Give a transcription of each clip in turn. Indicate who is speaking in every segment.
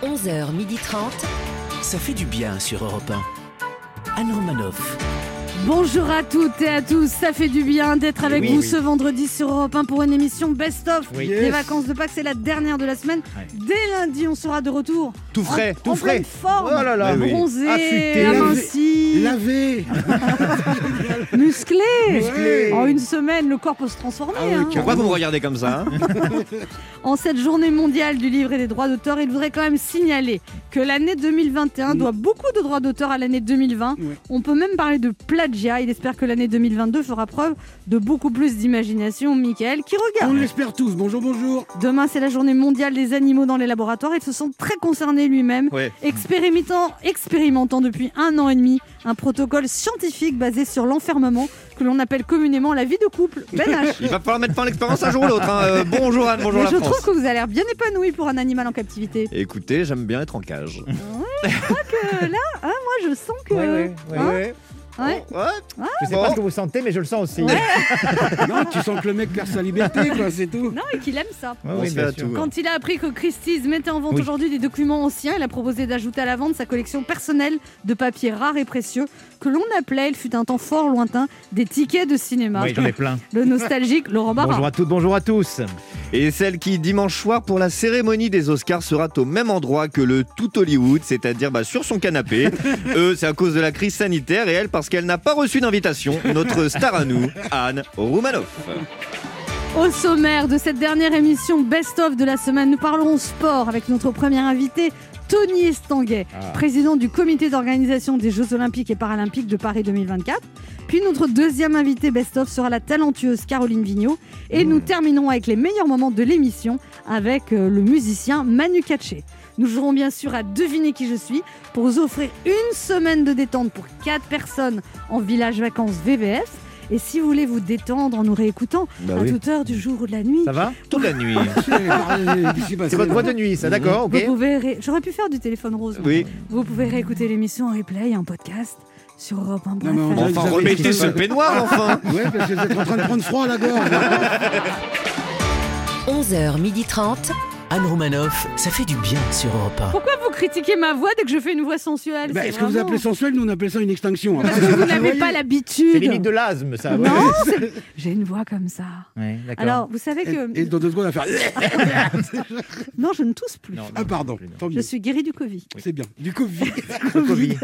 Speaker 1: 15h30.
Speaker 2: Ça fait du bien sur Europe 1. Anne Romanoff.
Speaker 3: Bonjour à toutes et à tous, ça fait du bien d'être avec
Speaker 4: Eh Oui,
Speaker 3: vous
Speaker 4: oui.
Speaker 3: ce vendredi sur Europe 1 pour une émission best-of.
Speaker 4: Oui.
Speaker 3: Les
Speaker 4: Yes.
Speaker 3: vacances de Pâques, c'est la dernière de la semaine. Dès lundi, on sera de retour.
Speaker 4: Tout frais,
Speaker 3: en,
Speaker 4: tout
Speaker 3: en
Speaker 4: frais.
Speaker 3: pleine forme,
Speaker 4: Oh là là. Oui, oui.
Speaker 3: bronzé,
Speaker 4: Affûté.
Speaker 3: aminci,
Speaker 5: Lavé
Speaker 3: musclé.
Speaker 4: Musclé. Ah
Speaker 3: En une semaine, le corps peut se transformer. hein.
Speaker 4: Pourquoi vous me regardez comme ça hein
Speaker 3: En cette journée mondiale du livre et des droits d'auteur, il voudrait quand même signaler que l'année 2021 doit beaucoup de droits d'auteur à l'année 2020.
Speaker 5: Oui.
Speaker 3: On peut même parler de plagiat. Il espère que l'année 2022 fera preuve de beaucoup plus d'imagination. Michael, qui
Speaker 5: On
Speaker 3: regarde.
Speaker 5: l'espère tous, bonjour, bonjour
Speaker 3: Demain, c'est la journée mondiale des animaux dans les laboratoires. Ils se sentent très concernés lui-même.
Speaker 4: Ouais.
Speaker 3: Expérimentant, expérimentant depuis un an et demi un protocole scientifique basé sur l'enfermement que l'on appelle communément la vie de couple. Ben H.
Speaker 4: Il va falloir mettre fin à l'expérience un jour ou l'autre. hein. Euh, bonjour
Speaker 6: Ah,
Speaker 4: Anne, bonjour
Speaker 3: Bah, Mais
Speaker 4: la
Speaker 3: je
Speaker 4: France.
Speaker 3: trouve que vous avez l'air bien épanoui pour un animal en captivité.
Speaker 4: Écoutez, j'aime bien être en cage.
Speaker 3: que là, hein, moi je sens que.
Speaker 6: Ouais, ouais, ouais.
Speaker 3: hein,
Speaker 4: Ouais.
Speaker 3: ouais. Ah,
Speaker 4: Ouais.
Speaker 6: Je sais
Speaker 4: Bon.
Speaker 6: pas ce que vous sentez, mais je le sens aussi.
Speaker 5: Non, tu sens que le mec perd sa liberté, quoi, c'est tout
Speaker 3: Non, et qu'il aime ça.
Speaker 6: Ouais,
Speaker 4: On
Speaker 6: oui,
Speaker 4: se
Speaker 6: bien
Speaker 4: fait à
Speaker 6: sûr.
Speaker 4: tout.
Speaker 3: Quand il a appris que Christie's mettait en vente
Speaker 6: Oui.
Speaker 3: aujourd'hui des documents anciens, il a proposé d'ajouter à la vente sa collection personnelle de papiers rares et précieux que l'on appelait, il fut un temps fort lointain, des tickets de cinéma.
Speaker 6: Oui, j'en ai plein.
Speaker 3: Le nostalgique Laurent Barra.
Speaker 6: Bonjour à toutes, bonjour à tous.
Speaker 4: Et celle qui, dimanche soir, pour la cérémonie des Oscars, sera au même endroit que le tout Hollywood, c'est-à-dire bah, sur son canapé. Eux, c'est à cause de la crise sanitaire et elle, parce qu'elle n'a pas reçu d'invitation. Notre star à nous, Anne Roumanoff.
Speaker 3: Au sommaire de cette dernière émission best-of de la semaine, nous parlerons sport avec notre premier invité. Tony Estanguet, président du comité d'organisation des Jeux Olympiques et Paralympiques de Paris 2024. Puis notre deuxième invité best-of sera la talentueuse Caroline Vigneault. Et nous terminerons avec les meilleurs moments de l'émission avec euh, le musicien Manu Katché. Nous jouerons bien sûr à deviner qui je suis pour vous offrir une semaine de détente pour 4 personnes en village vacances VVF. Et si vous voulez vous détendre en nous réécoutant,
Speaker 4: Bah
Speaker 3: à toute heure du jour ou de la nuit.
Speaker 6: Ça va
Speaker 4: Toute la nuit.
Speaker 6: bah, C'est votre voix de nuit,
Speaker 4: Mhm.
Speaker 6: ça, d'accord Ok.
Speaker 3: Vous pouvez ré- J'aurais pu faire du téléphone rose.
Speaker 4: Oui.
Speaker 3: Vous pouvez réécouter l'émission en replay et en podcast sur Europe 1.
Speaker 5: Non, mais on-
Speaker 4: Enfin, remettez ce peignoir, enfin
Speaker 5: Ouais, parce que vous êtes en train de prendre froid à la gorge là.
Speaker 1: 11h30.
Speaker 2: Anne Romanoff, ça fait du bien sur Europe 1.
Speaker 3: Pourquoi vous critiquez ma voix dès que je fais une voix sensuelle
Speaker 5: Bah,
Speaker 3: C'est
Speaker 5: Est-ce que vous
Speaker 3: vraiment-
Speaker 5: appelez sensuel Nous, on appelle ça une extinction. hein.
Speaker 3: Parce que vous n'avez pas
Speaker 6: C'est limite
Speaker 3: l'habitude.
Speaker 6: de l'asthme, ça. ouais.
Speaker 3: Non, c'est- j'ai une voix comme ça.
Speaker 6: Ouais, d'accord.
Speaker 3: Alors, vous savez
Speaker 5: Et,
Speaker 3: que.
Speaker 5: et dans deux secondes, on va faire.
Speaker 3: Non, je ne tousse plus.
Speaker 6: Non, non,
Speaker 5: Ah, pardon,
Speaker 6: non.
Speaker 5: tant
Speaker 3: Je
Speaker 5: mieux.
Speaker 3: suis guérie du Covid.
Speaker 5: C'est bien. Du Covid.
Speaker 6: Le Covid.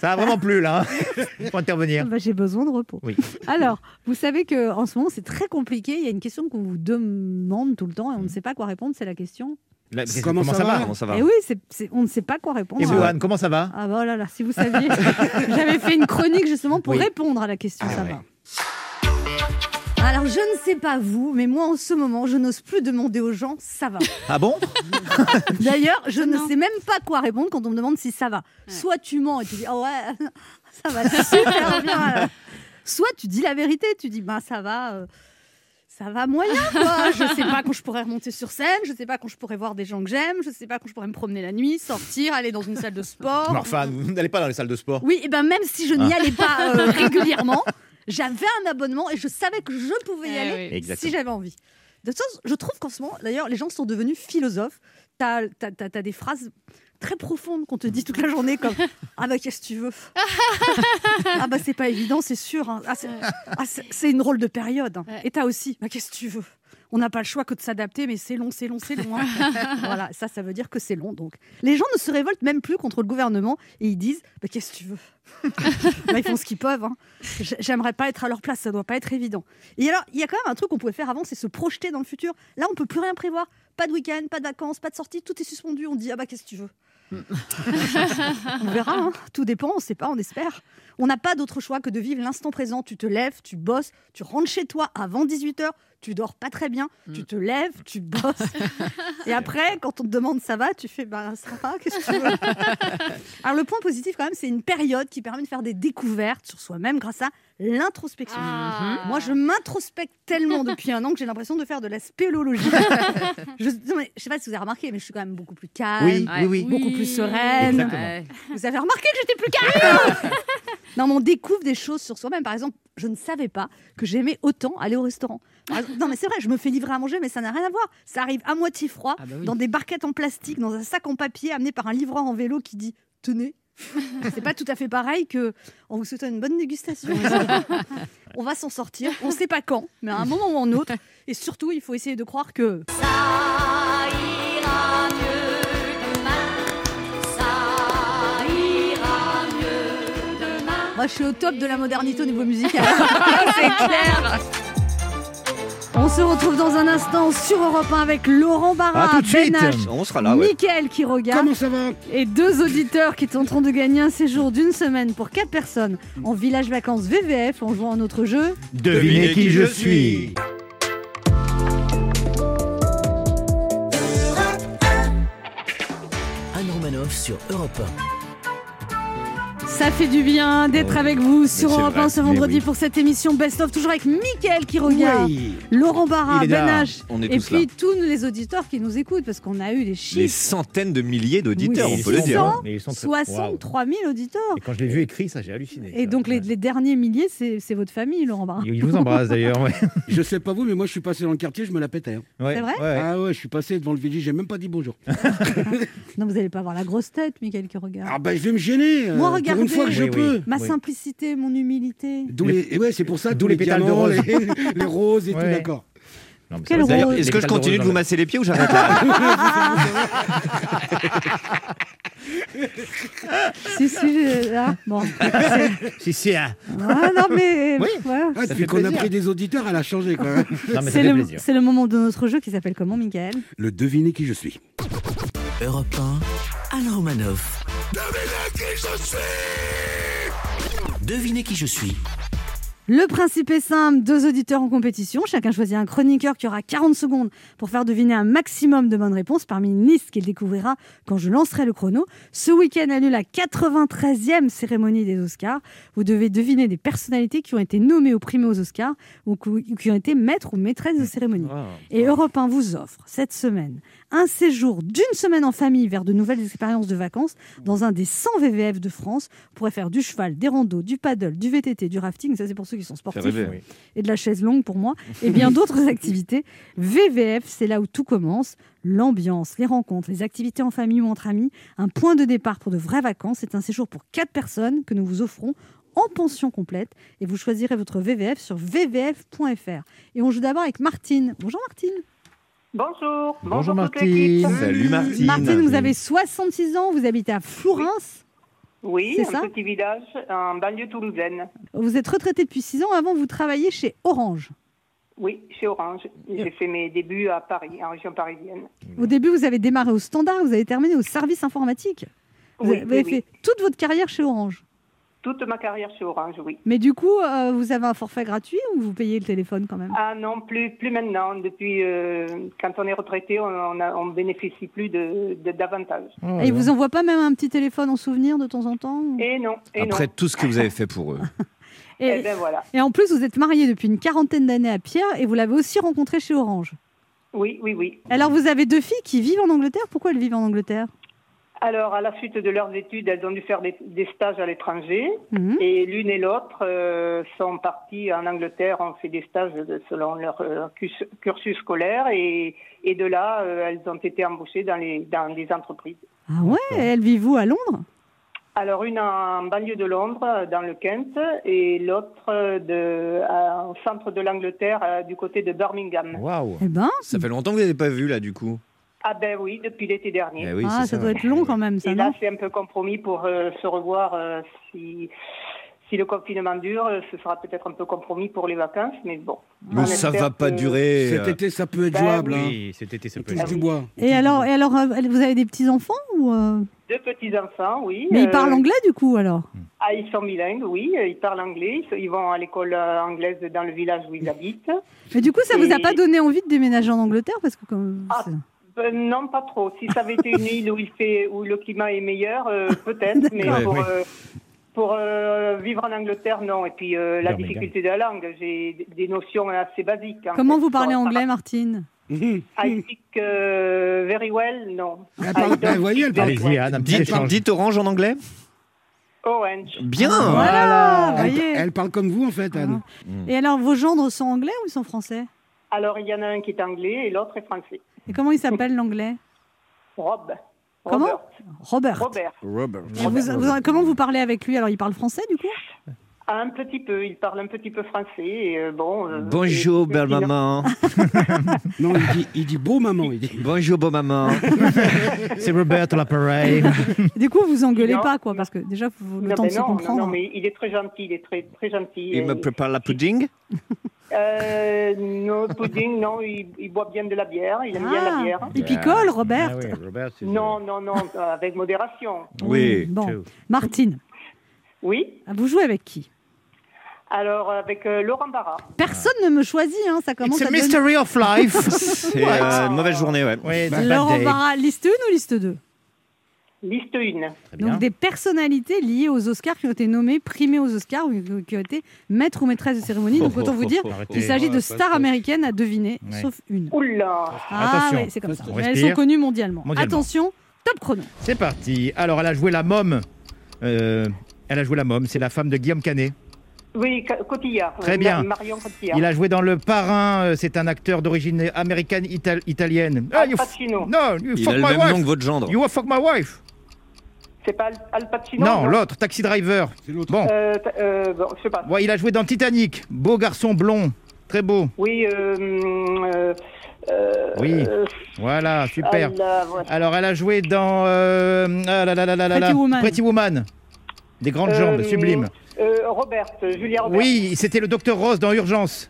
Speaker 6: Ça a vraiment plu, là. hein. Faut intervenir.
Speaker 3: Bah, j'ai besoin de repos.
Speaker 6: Oui.
Speaker 3: Alors, vous savez que en ce moment, c'est très compliqué. Il y a une question qu'on vous demande tout le temps et on ne sait pas quoi répondre. C'est la question.
Speaker 6: La- c'est-
Speaker 5: Comment ça va
Speaker 4: Comment ça va
Speaker 3: Et Eh oui, c'est- c'est- on ne sait pas quoi répondre.
Speaker 6: Ah. Et vous,
Speaker 3: Alors,
Speaker 6: Anne, comment ça va
Speaker 3: Ah bah oh là là, si vous saviez, j'avais fait une chronique justement pour répondre à la question, ça
Speaker 6: Ah ouais.
Speaker 3: va. Alors je ne sais pas vous, mais moi en ce moment, je n'ose plus demander aux gens ça va.
Speaker 6: Ah bon
Speaker 3: D'ailleurs, je ne sais même pas quoi répondre quand on me demande si ça va. Soit tu mens et tu dis ah ouais, ça va super bien. alors. Soit tu dis la vérité, tu dis bah ça va. euh, ça va moyen, quoi. Je sais pas quand je pourrais remonter sur scène, je sais pas quand je pourrais voir des gens que j'aime, je sais pas quand je pourrais me promener la nuit, sortir, aller dans une salle de sport.
Speaker 6: Alors, Enfin, vous n'allez pas dans les salles de sport.
Speaker 3: Oh, Oui, et ben même si je n'y allais pas euh, régulièrement, j'avais un abonnement et je savais que je pouvais y
Speaker 7: Eh
Speaker 3: aller
Speaker 7: oui.
Speaker 3: si j'avais envie. De toute façon, je trouve qu'en ce moment, d'ailleurs, les gens sont devenus philosophes. T'as as, des phrases très profondes qu'on te dit toute la journée, comme Ah bah qu'est-ce que tu veux Ah bah c'est pas évident, c'est sûr. hein. Ah, c'est ah, c'est- c'est une drôle de période. hein.
Speaker 7: Ouais.
Speaker 3: Et t'as aussi Bah qu'est-ce que tu veux on n'a pas le choix que de s'adapter, mais c'est long, c'est long, c'est long. hein. voilà, ça, ça veut dire que c'est long. Donc, les gens ne se révoltent même plus contre le gouvernement et ils disent Bah, Qu'est-ce que tu veux Bah, Ils font ce qu'ils peuvent. hein. J- J'aimerais pas être à leur place, ça doit pas être évident. Et alors, il y a quand même un truc qu'on pouvait faire avant, c'est se projeter dans le futur. Là, on peut plus rien prévoir. Pas de week-end, pas de vacances, pas de sortie, tout est suspendu. On dit Ah bah, qu'est-ce que tu veux on verra, hein. tout dépend, on sait pas, on espère. On n'a pas d'autre choix que de vivre l'instant présent. Tu te lèves, tu bosses, tu rentres chez toi avant 18h, tu dors pas très bien, tu te lèves, tu bosses. Et après, quand on te demande ça va, tu fais ben ça va, qu'est-ce que tu veux Alors le point positif quand même, c'est une période qui permet de faire des découvertes sur soi-même grâce à l'introspection.
Speaker 7: Ah.
Speaker 3: Moi, je m'introspecte tellement depuis un an que j'ai l'impression de faire de la spéléologie. je, non, mais, je sais pas si vous avez remarqué, mais je suis quand même beaucoup plus calme.
Speaker 6: Oui, oui, oui.
Speaker 3: Beaucoup plus sereine.
Speaker 6: Exactement.
Speaker 7: Ouais.
Speaker 3: Vous avez remarqué que j'étais plus calme Non, mais on découvre des choses sur soi-même. Par exemple, je ne savais pas que j'aimais autant aller au restaurant. Par exemple- Non, mais c'est vrai, je me fais livrer à manger, mais ça n'a rien à voir. Ça arrive à moitié froid,
Speaker 1: Ah bah oui.
Speaker 3: dans des barquettes en plastique, dans un sac en papier, amené par un livreur en vélo qui dit Tenez. c'est pas tout à fait pareil que on vous souhaite une bonne dégustation. on va s'en sortir, on sait pas quand, mais à un moment ou un autre. Et surtout, il faut essayer de croire que. Moi, je suis au top de la modernité au niveau musical. c'est clair. On se retrouve dans un instant sur Europe 1 avec Laurent Barra,
Speaker 6: Ah, tout de
Speaker 3: Ben
Speaker 6: suite.
Speaker 3: H,
Speaker 4: On sera là, ouais.
Speaker 3: Mickaël qui regarde
Speaker 5: Comment ça va
Speaker 3: et deux auditeurs qui tenteront de gagner un séjour d'une semaine pour quatre personnes en village vacances VVF en jouant à notre jeu.
Speaker 6: Devinez qui je suis.
Speaker 2: Anne Romanoff sur Europe
Speaker 3: Ça fait du bien d'être avec vous sur
Speaker 4: c'est
Speaker 3: Europe 1
Speaker 4: vrai,
Speaker 3: ce
Speaker 4: mais
Speaker 3: vendredi
Speaker 4: oui.
Speaker 3: pour cette émission Best of, toujours avec Mickaël qui regarde,
Speaker 5: Oui.
Speaker 3: Laurent Barra,
Speaker 6: Il est
Speaker 3: Ben
Speaker 6: là.
Speaker 3: H,
Speaker 4: On est
Speaker 3: et
Speaker 4: tous
Speaker 3: puis
Speaker 4: là.
Speaker 3: tous les auditeurs qui nous écoutent parce qu'on a eu les
Speaker 4: Des
Speaker 3: chiffres.
Speaker 4: centaines de milliers d'auditeurs,
Speaker 3: Oui,
Speaker 4: on peut le dire. hein.
Speaker 6: Mais ils sont très- Waouh.
Speaker 3: 63 000 auditeurs.
Speaker 6: Et quand je l'ai vu écrit, ça, j'ai halluciné.
Speaker 3: Et donc les,
Speaker 6: Ouais.
Speaker 3: les derniers milliers, c'est c'est votre famille, Laurent Barra.
Speaker 6: Il il vous embrasse d'ailleurs. ouais.
Speaker 5: Je sais pas vous, mais moi je suis passé dans le quartier, je me la pétais. hein.
Speaker 6: Ouais,
Speaker 3: vrai
Speaker 6: ouais, ouais.
Speaker 5: Ah ouais, je suis passé devant le village, j'ai même pas dit bonjour.
Speaker 3: Non, vous n'allez pas avoir la grosse tête, Mickaël qui regarde.
Speaker 5: Ah bah je vais me gêner. euh,
Speaker 3: Moi,
Speaker 5: pour
Speaker 3: regardez.
Speaker 5: une fois que je
Speaker 6: Oui, oui.
Speaker 5: peux.
Speaker 3: Ma
Speaker 6: oui.
Speaker 3: simplicité, mon humilité.
Speaker 5: D'où les... et ouais, c'est pour ça
Speaker 6: D'où
Speaker 5: tous
Speaker 6: les pétales de
Speaker 5: diamants,
Speaker 6: rose.
Speaker 5: les, les roses et tout,
Speaker 6: Ouais.
Speaker 5: d'accord.
Speaker 6: Non, mais
Speaker 3: Quel
Speaker 6: ça,
Speaker 4: D'ailleurs,
Speaker 3: rôle.
Speaker 4: Est-ce que je
Speaker 6: pétales
Speaker 4: continue de
Speaker 6: rose
Speaker 4: vous
Speaker 6: dans
Speaker 4: masser les pieds ou j'arrête là
Speaker 3: Si, si, je- là, bon.
Speaker 6: le- Si, si, ah.
Speaker 3: Ah, non, mais.
Speaker 6: Oui.
Speaker 3: voilà.
Speaker 5: Ah,
Speaker 6: fait
Speaker 5: depuis qu'on a
Speaker 6: plaisir.
Speaker 5: pris des auditeurs, elle a changé quand même.
Speaker 6: Non, mais ça
Speaker 3: C'est
Speaker 6: fait
Speaker 3: le,
Speaker 6: plaisir.
Speaker 3: c'est le moment de notre jeu qui s'appelle comment, Michael
Speaker 5: Le deviner qui je suis.
Speaker 2: 1. Europe 1, Anne Romanoff. Devinez qui je suis
Speaker 3: Le principe est simple deux auditeurs en compétition. Chacun choisit un chroniqueur qui aura 40 secondes pour faire deviner un maximum de bonnes réponses parmi une liste qu'il découvrira quand je lancerai le chrono. Ce week-end a lieu la 93e cérémonie des Oscars. Vous devez deviner des personnalités qui ont été nommées ou primées aux Oscars ou qui- qui ont été maîtres ou maîtresses de cérémonie. Et Europe 1 vous offre cette semaine un séjour d'une semaine en famille vers de nouvelles expériences de vacances dans un des 100 VVF de France. Vous pourrez faire du cheval, des randos, du paddle, du VTT, du rafting, ça c'est pour ceux qui sont sportifs,
Speaker 6: rêver.
Speaker 3: et de la chaise longue pour moi, et bien d'autres activités. VVF, c'est là où tout commence. L'ambiance, les rencontres, les activités en famille ou entre amis, un point de départ pour de vraies vacances. C'est un séjour pour 4 personnes que nous vous offrons en pension complète et vous choisirez votre VVF sur vvf.fr. Et on joue d'abord avec Martine. Bonjour Martine.
Speaker 7: Bonjour.
Speaker 6: Bonjour
Speaker 7: toute l'équipe.
Speaker 6: Martine.
Speaker 4: Salut Martine.
Speaker 3: Martine, vous avez 66 ans, vous habitez à Florence,
Speaker 7: Oui,
Speaker 3: C'est
Speaker 7: un
Speaker 3: ça
Speaker 7: petit village, un banlieue toulousaine.
Speaker 3: vous êtes retraitée depuis 6 ans, avant vous travailliez chez Orange.
Speaker 7: Oui, chez Orange. J'ai fait mes débuts à Paris, en région parisienne.
Speaker 3: Au début, vous avez démarré au standard, vous avez terminé au service informatique. Vous
Speaker 7: Oui,
Speaker 3: avez
Speaker 7: oui,
Speaker 3: vous avez fait toute votre carrière chez Orange.
Speaker 7: Toute ma carrière chez Orange, oui.
Speaker 3: Mais du coup, euh, vous avez un forfait gratuit ou vous payez le téléphone quand même
Speaker 7: Ah non, plus, plus maintenant. Depuis euh, quand on est retraité, on, on, a- on bénéficie plus de, de d'avantages.
Speaker 4: Oh
Speaker 3: Et ils vous envoie pas même un petit téléphone en souvenir de temps en temps ou-
Speaker 7: Et non, et
Speaker 4: Après
Speaker 7: non.
Speaker 4: tout ce que vous avez fait pour eux.
Speaker 7: Et,
Speaker 3: et,
Speaker 7: ben voilà.
Speaker 3: et en plus, vous êtes mariée depuis une quarantaine d'années à Pierre et vous l'avez aussi rencontré chez Orange.
Speaker 7: Oui, oui, oui.
Speaker 3: Alors, vous avez deux filles qui vivent en Angleterre. Pourquoi elles vivent en Angleterre
Speaker 7: Alors, à la suite de leurs études, elles ont dû faire des, des stages à l'étranger.
Speaker 3: Mhm.
Speaker 7: Et l'une et l'autre euh, sont parties en Angleterre, ont fait des stages de- selon leur euh, cus- cursus scolaire. Et, et de là, euh, elles ont été embauchées dans les, dans les entreprises.
Speaker 3: Ah ouais, elles vivent où à Londres
Speaker 7: Alors, une en banlieue de Londres, euh, dans le Kent, et l'autre euh, de- à- au centre de l'Angleterre, euh, du côté de Birmingham.
Speaker 6: Waouh.
Speaker 3: Eh ben,
Speaker 4: Ça fait longtemps que vous n'avez pas vu là du coup.
Speaker 7: Ah ben oui, depuis l'été dernier.
Speaker 4: Eh oui,
Speaker 3: ah,
Speaker 4: c'est
Speaker 3: ça, doit être long quand même, ça,
Speaker 7: Et là,
Speaker 3: non
Speaker 7: c'est un peu compromis pour euh, se revoir euh, si, si le confinement dure. euh, Ce sera peut-être un peu compromis pour les vacances, mais bon.
Speaker 4: Mais
Speaker 7: On
Speaker 4: ça
Speaker 7: espère
Speaker 4: va pas
Speaker 7: que-
Speaker 4: durer.
Speaker 5: Cet
Speaker 4: euh,
Speaker 5: été, ça peut être
Speaker 7: Bah
Speaker 5: jouable. hein.
Speaker 6: Oui, cet été, ça
Speaker 5: On
Speaker 6: peut
Speaker 5: touche
Speaker 6: être.
Speaker 5: du bois.
Speaker 3: Et alors, et alors euh, vous avez des petits-enfants ou euh
Speaker 7: Deux petits-enfants, oui.
Speaker 3: Mais ils
Speaker 7: Euh,
Speaker 3: parlent anglais, du coup, alors
Speaker 7: Ah, ils sont bilingues, oui. euh, Ils parlent anglais. Ils, sont- ils vont à l'école euh, anglaise dans le village où ils habitent.
Speaker 3: Mais du coup, ça vous a
Speaker 7: et-
Speaker 3: pas donné envie de déménager en Angleterre Parce que comme...
Speaker 7: Ah.
Speaker 3: c'est-
Speaker 7: Euh, non, pas trop. Si ça avait été une île où, il fait, où le climat est meilleur, euh, peut-être. mais
Speaker 6: D'accord.
Speaker 7: pour,
Speaker 6: Ouais,
Speaker 7: euh, pour euh, vivre en Angleterre, non. Et puis euh, la
Speaker 6: Birmingham.
Speaker 7: difficulté de la langue, j'ai des- des notions assez basiques. hein. en
Speaker 3: Comment
Speaker 7: fait,
Speaker 3: vous
Speaker 7: pour-
Speaker 3: parlez
Speaker 7: par
Speaker 3: anglais, Martine
Speaker 5: Mhm.
Speaker 7: I
Speaker 3: Hmm.
Speaker 7: speak euh, very well, non.
Speaker 3: Ah,
Speaker 7: I
Speaker 3: pardon.
Speaker 7: don't
Speaker 5: Vous voyez, elle
Speaker 7: speak
Speaker 5: parle.
Speaker 7: very well.
Speaker 6: Allez-y, Anne, un petit
Speaker 4: Dites,
Speaker 6: échange.
Speaker 4: dites orange en anglais
Speaker 7: Orange.
Speaker 4: Bien
Speaker 3: Voilà, vous
Speaker 5: Elle,
Speaker 3: voyez
Speaker 5: elle parle comme vous en fait, Anne.
Speaker 3: Et alors, vos gendres sont anglais ou ils sont français
Speaker 7: Alors, il y en a un qui est anglais et l'autre est français.
Speaker 3: Et comment il s'appelle l'anglais
Speaker 7: Rob.
Speaker 3: Comment
Speaker 7: Robert.
Speaker 3: Robert.
Speaker 7: Robert.
Speaker 5: Robert.
Speaker 3: Et vous- vous- comment vous parlez avec lui Alors, il parle français du coup
Speaker 7: Un petit peu, il parle un petit peu français. Et euh, bon, euh,
Speaker 4: Bonjour,
Speaker 7: et- et-
Speaker 4: belle maman.
Speaker 5: Non, il dit, il dit beau maman. Il dit.
Speaker 4: Bonjour, beau maman.
Speaker 6: C'est Robert l'appareil.
Speaker 3: Du coup, vous engueulez
Speaker 7: Non.
Speaker 3: pas, quoi, parce que déjà, vous, le
Speaker 7: Non,
Speaker 3: temps
Speaker 7: ben
Speaker 3: de se
Speaker 7: non, non,
Speaker 3: comprendre.
Speaker 7: non, mais il est très gentil, il est très, très gentil.
Speaker 4: Il me
Speaker 7: Euh,
Speaker 4: prépare la pudding.
Speaker 7: Euh, non, pudding, non, il, il boit bien de la bière, il aime bien la
Speaker 3: Ah,
Speaker 7: bière.
Speaker 3: il picole, Robert.
Speaker 6: Ah oui, Robert, c'est-
Speaker 7: Non, non, non, euh, avec modération.
Speaker 4: Oui.
Speaker 3: Bon,
Speaker 6: Ciao.
Speaker 3: Martine,
Speaker 7: Oui,
Speaker 3: Ah, vous jouez avec qui
Speaker 7: alors avec euh, Laurent Barra.
Speaker 3: Personne ne me choisit, hein, ça commence
Speaker 6: It's a
Speaker 3: à devenir-
Speaker 6: mystery of life.
Speaker 4: C'est euh, une mauvaise journée, ouais.
Speaker 6: oui, it's a
Speaker 3: Laurent
Speaker 6: bad day.
Speaker 3: Barra, liste 1 ou liste 2
Speaker 7: Liste 1.
Speaker 6: Très bien.
Speaker 3: Donc des personnalités liées aux Oscars qui ont été nommées, primées aux Oscars, ou qui ont été maîtres ou maîtresses de cérémonie. Donc autant
Speaker 6: Oh,
Speaker 3: vous dire,
Speaker 6: Arrêtez.
Speaker 3: il s'agit de stars américaines à deviner,
Speaker 6: Ouais.
Speaker 3: sauf une.
Speaker 7: Oula
Speaker 3: Ah
Speaker 6: Attention.
Speaker 3: oui, c'est comme ça.
Speaker 6: On
Speaker 3: Elles
Speaker 6: respire.
Speaker 3: sont connues mondialement.
Speaker 6: Mondialement.
Speaker 3: Attention, top chrono.
Speaker 6: C'est parti. Alors, elle a joué la môme. Euh, elle a joué la môme. C'est la femme de Guillaume Canet.
Speaker 7: Oui, Co- Cotillard.
Speaker 6: Très
Speaker 7: euh,
Speaker 6: bien.
Speaker 7: Ma- Marion Cotillard.
Speaker 6: Il a joué dans Le Parrain. euh, C'est un acteur d'origine américaine ital- italienne.
Speaker 7: Al
Speaker 6: you f-
Speaker 7: Ah, Pacino.
Speaker 6: Ah, Non, you
Speaker 4: Il
Speaker 6: fuck
Speaker 4: a le
Speaker 6: my
Speaker 4: même nom que
Speaker 6: wife.
Speaker 4: votre gendre.
Speaker 6: You a fuck my wife.
Speaker 7: C'est pas Al- Al Pacino
Speaker 6: Non, l'autre, Taxi Driver.
Speaker 5: C'est l'autre.
Speaker 6: Bon.
Speaker 7: Euh, t- euh, bon, je sais pas.
Speaker 6: Bon, il a joué dans Titanic. Beau garçon blond. Très beau.
Speaker 7: Oui, euh, hum, euh, euh,
Speaker 6: Oui.
Speaker 7: euh,
Speaker 6: Voilà, super.
Speaker 7: à la- voilà.
Speaker 6: Alors, elle a joué dans euh, ah là là là là là,
Speaker 3: Pretty
Speaker 6: là,
Speaker 3: Woman.
Speaker 6: Pretty Woman. Des grandes jambes,
Speaker 7: Euh,
Speaker 6: sublime.
Speaker 7: euh, Robert, euh, Julia Robert.
Speaker 6: Oui, c'était le docteur Rose dans Urgence.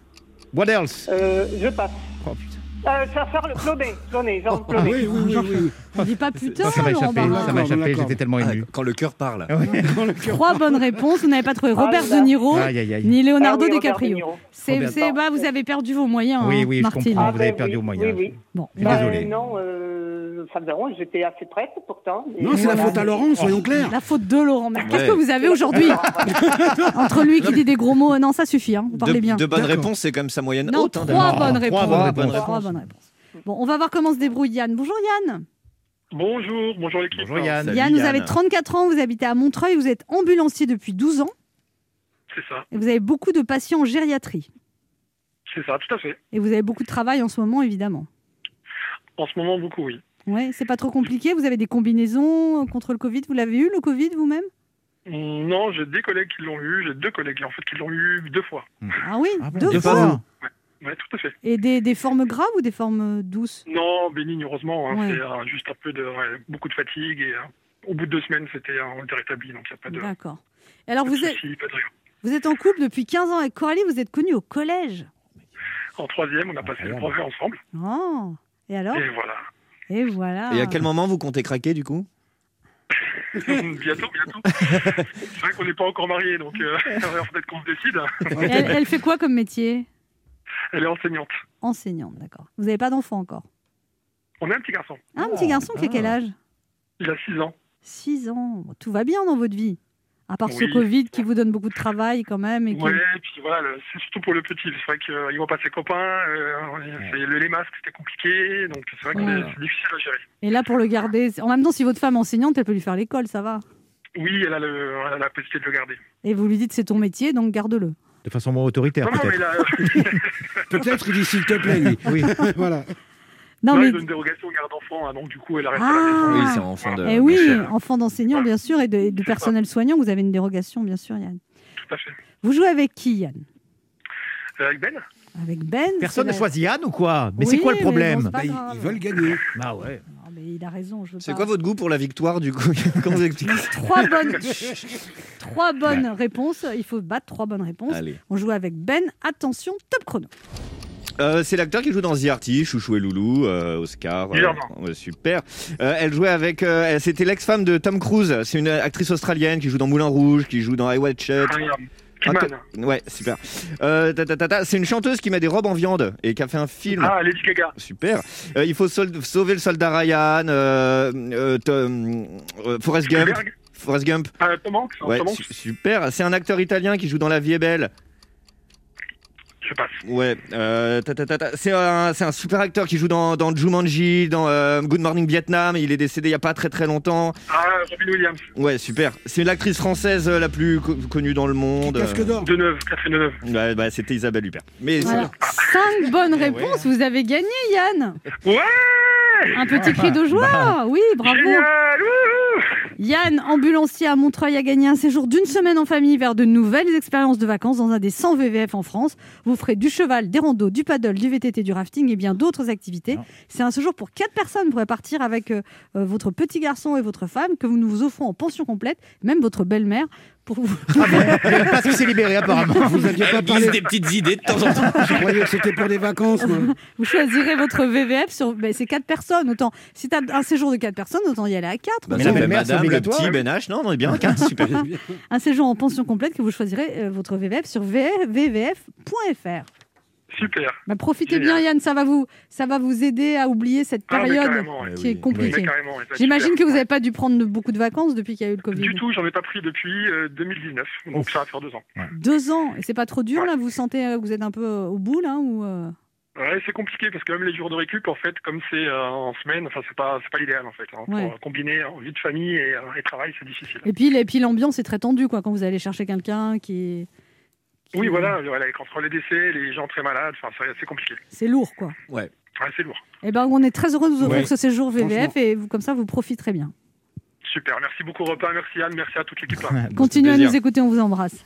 Speaker 6: What else
Speaker 7: Euh, je passe.
Speaker 6: Oh, putain.
Speaker 7: Euh, ça sort le Clonet,
Speaker 6: Oh,
Speaker 7: Clonet, Jean
Speaker 5: Ah
Speaker 7: Clonet.
Speaker 5: oui, oui, oui, oui, oui.
Speaker 3: On dit pas putain,
Speaker 6: Ça m'a
Speaker 3: Laurent
Speaker 6: échappé,
Speaker 3: Barra.
Speaker 6: ça m'a échappé,
Speaker 5: D'accord.
Speaker 6: j'étais tellement
Speaker 4: Ah,
Speaker 6: ému.
Speaker 4: quand le cœur parle.
Speaker 3: Trois bonnes réponses. Vous n'avez pas trouvé Robert
Speaker 7: Ah là.
Speaker 3: De Niro
Speaker 6: Aïe, aïe, aïe.
Speaker 3: ni Leonardo
Speaker 7: Ah oui, Robert De
Speaker 3: DiCaprio.
Speaker 7: Niro.
Speaker 3: C'est,
Speaker 6: Robert.
Speaker 3: c'est- bah, vous avez perdu vos moyens,
Speaker 6: Oui,
Speaker 3: hein,
Speaker 6: oui, je
Speaker 3: Martine.
Speaker 6: comprends.
Speaker 7: Ah,
Speaker 6: vous avez
Speaker 7: ben
Speaker 6: perdu
Speaker 7: oui,
Speaker 6: au moyen.
Speaker 7: Oui, oui.
Speaker 3: Bon,
Speaker 6: Je suis
Speaker 7: Ben,
Speaker 3: bah,
Speaker 6: désolé.
Speaker 7: non, euh, ça me dérange, j'étais assez prête pourtant. Et
Speaker 5: Non, c'est la
Speaker 7: voilà. Oh.
Speaker 5: faute à Laurent, soyons clairs.
Speaker 3: la faute de Laurent. Mais qu'est-ce
Speaker 4: Ouais.
Speaker 3: que vous avez aujourd'hui Entre lui qui dit des gros mots, euh, non, ça suffit. hein, vous parlez
Speaker 4: de,
Speaker 3: bien.
Speaker 4: de bonnes
Speaker 5: D'accord.
Speaker 4: réponses, c'est quand même sa moyenne
Speaker 3: Non,
Speaker 4: haute. hein,
Speaker 3: trois,
Speaker 4: d'abord.
Speaker 3: bonnes réponses.
Speaker 6: trois bonnes réponses.
Speaker 3: Trois bonnes réponses. Bon, on va voir comment se débrouille Yann. Bonjour Yann.
Speaker 1: Bonjour, bonjour l'équipe.
Speaker 6: Bonjour Yann.
Speaker 4: Salut,
Speaker 3: Yann, vous
Speaker 4: Yann.
Speaker 3: avez 34 ans, vous habitez à Montreuil, vous êtes ambulancier depuis 12 ans
Speaker 1: C'est ça,
Speaker 3: et vous avez beaucoup de patients en gériatrie.
Speaker 1: c'est ça, tout à fait.
Speaker 3: Et vous avez beaucoup de travail en ce moment, évidemment.
Speaker 1: En ce moment, beaucoup, oui.
Speaker 3: Ouais, c'est pas trop compliqué. Vous avez des combinaisons euh, contre le Covid. Vous l'avez eu le Covid vous-même
Speaker 1: Non, j'ai des collègues qui l'ont eu, j'ai deux collègues en fait qui l'ont eu deux fois.
Speaker 3: Ah oui,
Speaker 6: Ah bon,
Speaker 3: deux
Speaker 6: deux
Speaker 3: fois.
Speaker 6: fois.
Speaker 1: Ouais, tout à fait.
Speaker 3: Et des, des formes graves ou des formes euh, douces
Speaker 1: Non, bénigne, heureusement, hein,
Speaker 3: Ouais.
Speaker 1: c'est euh, juste un peu de, ouais, beaucoup de fatigue et euh, au bout de deux semaines, c'était euh, on était rétabli, donc il n'y a pas de, pas
Speaker 3: D'accord. Et Alors
Speaker 1: de
Speaker 3: vous êtes,
Speaker 1: soucis, pas de rien.
Speaker 3: vous êtes en couple depuis 15 ans avec Coralie. Vous êtes connus au collège.
Speaker 1: En troisième,
Speaker 6: Ah,
Speaker 1: on a passé le brevet ensemble
Speaker 3: Oh. Et alors
Speaker 1: et voilà.
Speaker 3: Et voilà.
Speaker 4: Et à quel moment vous comptez craquer du coup
Speaker 1: bientôt, bientôt. c'est vrai qu'on n'est pas encore mariés, donc euh, il va falloir peut-être qu'on se décide.
Speaker 3: elle, elle fait quoi comme métier
Speaker 1: Elle est enseignante.
Speaker 3: Enseignante, d'accord. Vous n'avez pas d'enfant encore.
Speaker 1: On a un petit garçon,
Speaker 3: Ah, un
Speaker 6: Oh,
Speaker 3: petit garçon qui a quel âge
Speaker 1: il a six ans.
Speaker 3: 6 ans. Bon, Tout va bien dans votre vie. À part ce
Speaker 1: Oui.
Speaker 3: Covid qui vous donne beaucoup de travail quand même. Et qui-
Speaker 1: Ouais, et puis voilà, le- c'est surtout pour le petit. C'est vrai qu'il voit pas ses copains. euh, c'est- le, les masques, c'était compliqué. Donc c'est vrai que
Speaker 3: Ouais.
Speaker 1: c'est- c'est difficile à gérer.
Speaker 3: Et là, pour le garder. c'est- En même temps, si votre femme est enseignante, elle peut lui faire l'école, ça va.
Speaker 1: Oui, elle a, le, elle a la possibilité de le garder.
Speaker 3: Et vous lui dites c'est ton métier, donc garde-le.
Speaker 6: De façon moins autoritaire,
Speaker 1: Non, non, mais
Speaker 6: peut-être.
Speaker 1: là,
Speaker 5: Peut-être il dit s'il te plaît, lui.
Speaker 6: Oui.
Speaker 5: voilà.
Speaker 3: Non,
Speaker 1: là,
Speaker 3: mais.
Speaker 1: ils ont une dérogation au garde enfant. hein, donc du coup, elle reste à la maison.
Speaker 3: Ah
Speaker 4: Oui, c'est en fin de.
Speaker 3: Eh oui,
Speaker 4: de-
Speaker 3: enfant d'enseignant, bien sûr, et de, et de personnel soignant, vous avez une dérogation, bien sûr, Yann.
Speaker 1: Tout à fait.
Speaker 3: Vous jouez avec qui, Yann
Speaker 1: Euh, Avec Ben
Speaker 3: Avec Ben
Speaker 6: Personne ne
Speaker 3: c'est la-
Speaker 6: choisit Yann ou quoi Mais c'est
Speaker 3: Oui,
Speaker 6: quoi le
Speaker 3: mais
Speaker 6: problème
Speaker 3: bon, c'est pas
Speaker 5: Bah, ils,
Speaker 3: grave.
Speaker 5: ils veulent gagner.
Speaker 6: Ah ouais.
Speaker 3: Non, mais il a raison, je veux
Speaker 4: C'est
Speaker 3: pas-
Speaker 4: quoi votre goût pour la victoire du coup Comment vous expliquez ça
Speaker 3: Trois bonnes, trois bonnes réponses. Il faut battre trois bonnes réponses.
Speaker 4: Allez.
Speaker 3: On joue avec Ben. Attention, top chrono.
Speaker 4: Euh, c'est l'acteur qui joue dans The Artist, Chouchou et Loulou, euh, Oscar. euh,
Speaker 1: Guillermo.
Speaker 4: ouais, super. Euh, elle jouait avec. euh, elle- C'était l'ex-femme de Tom Cruise. C'est une actrice australienne qui joue dans Moulin Rouge, qui joue dans I Watch It.
Speaker 1: Ah, euh,
Speaker 4: Ah,
Speaker 1: Kidman.
Speaker 4: que- Ouais, super. Euh, ta, ta, ta, ta, c'est une chanteuse qui met des robes en viande et qui a fait un film.
Speaker 1: Ah, Lady Gaga.
Speaker 4: Super. Euh, il faut sol- sauver le soldat Ryan, euh, euh, Tom- euh, Forrest Gump.
Speaker 1: Spielberg.
Speaker 4: Forrest Gump.
Speaker 1: Euh, Tom Hanks. hein,
Speaker 4: Ouais,
Speaker 1: Tom Hanks.
Speaker 4: su- super. C'est un acteur italien qui joue dans La vie est belle.
Speaker 1: Je se passe.
Speaker 4: Ouais, euh, ta, ta, ta, ta. c'est un, c'est un super acteur qui joue dans, dans Jumanji, dans euh, Good Morning Vietnam. Il est décédé il n'y a pas très très longtemps.
Speaker 1: Ah, Robin Williams,
Speaker 4: Ouais, super. C'est l'actrice française euh, la plus co- connue dans le monde.
Speaker 5: Casque d'or.
Speaker 1: Deneuve, Catherine Deneuve.
Speaker 4: Euh, ouais, bah, C'était Isabelle Huppert. Mais c'est- Eh
Speaker 3: Voilà. Cinq bonnes réponses, vous avez gagné, Yann.
Speaker 1: Ouais
Speaker 3: Un petit cri de joie.
Speaker 4: Bah.
Speaker 3: Oui, bravo.
Speaker 1: Génial wouhou
Speaker 3: Yann, ambulancier à Montreuil, a gagné un séjour d'une semaine en famille vers de nouvelles expériences de vacances dans un des 100 VVF en France. Vous ferez du cheval, des randos, du paddle, du VTT, du rafting et bien d'autres activités.
Speaker 6: Non.
Speaker 3: C'est un séjour pour quatre personnes. Vous pourrez partir avec euh, euh, votre petit garçon et votre femme que nous vous offrons en pension complète, même votre belle-mère. Pour vous.
Speaker 6: Le passe qui s'est libéré apparemment.
Speaker 5: Vous aviez pas
Speaker 8: Elle glisse
Speaker 5: parlé.
Speaker 8: des petites idées de temps en temps.
Speaker 5: Je croyais que c'était pour des vacances, moi.
Speaker 3: vous choisirez votre VVF sur ben, c'est quatre personnes. Autant si t'as un séjour de quatre personnes, autant y aller à quatre.
Speaker 4: Bah,
Speaker 6: Mais
Speaker 4: ça,
Speaker 6: la
Speaker 4: bah,
Speaker 6: belle-mère, c'est
Speaker 4: madame, le
Speaker 6: obligatoire.
Speaker 4: petit, Ben H, non, on est bien à quatre, super.
Speaker 3: Un séjour en pension complète que vous choisirez euh, votre VVF sur vvf.fr.
Speaker 1: Super.
Speaker 3: Bah, profitez
Speaker 1: Génial.
Speaker 3: bien Yann, ça va vous ça va vous aider à oublier cette
Speaker 1: Ah, mais
Speaker 3: période
Speaker 1: carrément, ouais.
Speaker 3: qui est
Speaker 1: Mais
Speaker 3: compliquée.
Speaker 1: carrément, ouais, ça va être
Speaker 3: J'imagine
Speaker 1: super.
Speaker 3: que vous n'avez pas dû prendre de- beaucoup de vacances depuis qu'il y a eu le Covid.
Speaker 1: Du tout, j'en ai pas pris depuis euh, 2019, donc ça va faire deux ans.
Speaker 3: Deux ans, et c'est pas trop dur là Vous sentez euh, que vous êtes un peu euh, au bout là ou euh,
Speaker 1: Ouais, c'est compliqué parce que même les jours de récup, en fait, comme c'est euh, en semaine, enfin, c'est pas, c'est pas l'idéal en fait. hein.
Speaker 3: Ouais.
Speaker 1: Pour euh, combiner hein, vie de famille et, euh, et travail, c'est difficile.
Speaker 3: Et puis et puis l'ambiance est très tendue quoi quand vous allez chercher quelqu'un qui qui-
Speaker 1: Oui, voilà, voilà, et entre les décès, les gens très malades, enfin, c'est- c'est compliqué.
Speaker 3: C'est lourd quoi.
Speaker 1: Ouais, c'est lourd.
Speaker 3: Et ben on est très heureux de vous offrir
Speaker 5: Ouais.
Speaker 3: ce séjour VVF et vous comme ça vous profiterez bien.
Speaker 4: Ah,
Speaker 1: Super, merci beaucoup Repas, merci Anne, merci à toute l'équipe là.
Speaker 3: Continuez à
Speaker 4: plaisir.
Speaker 3: nous écouter, on vous embrasse.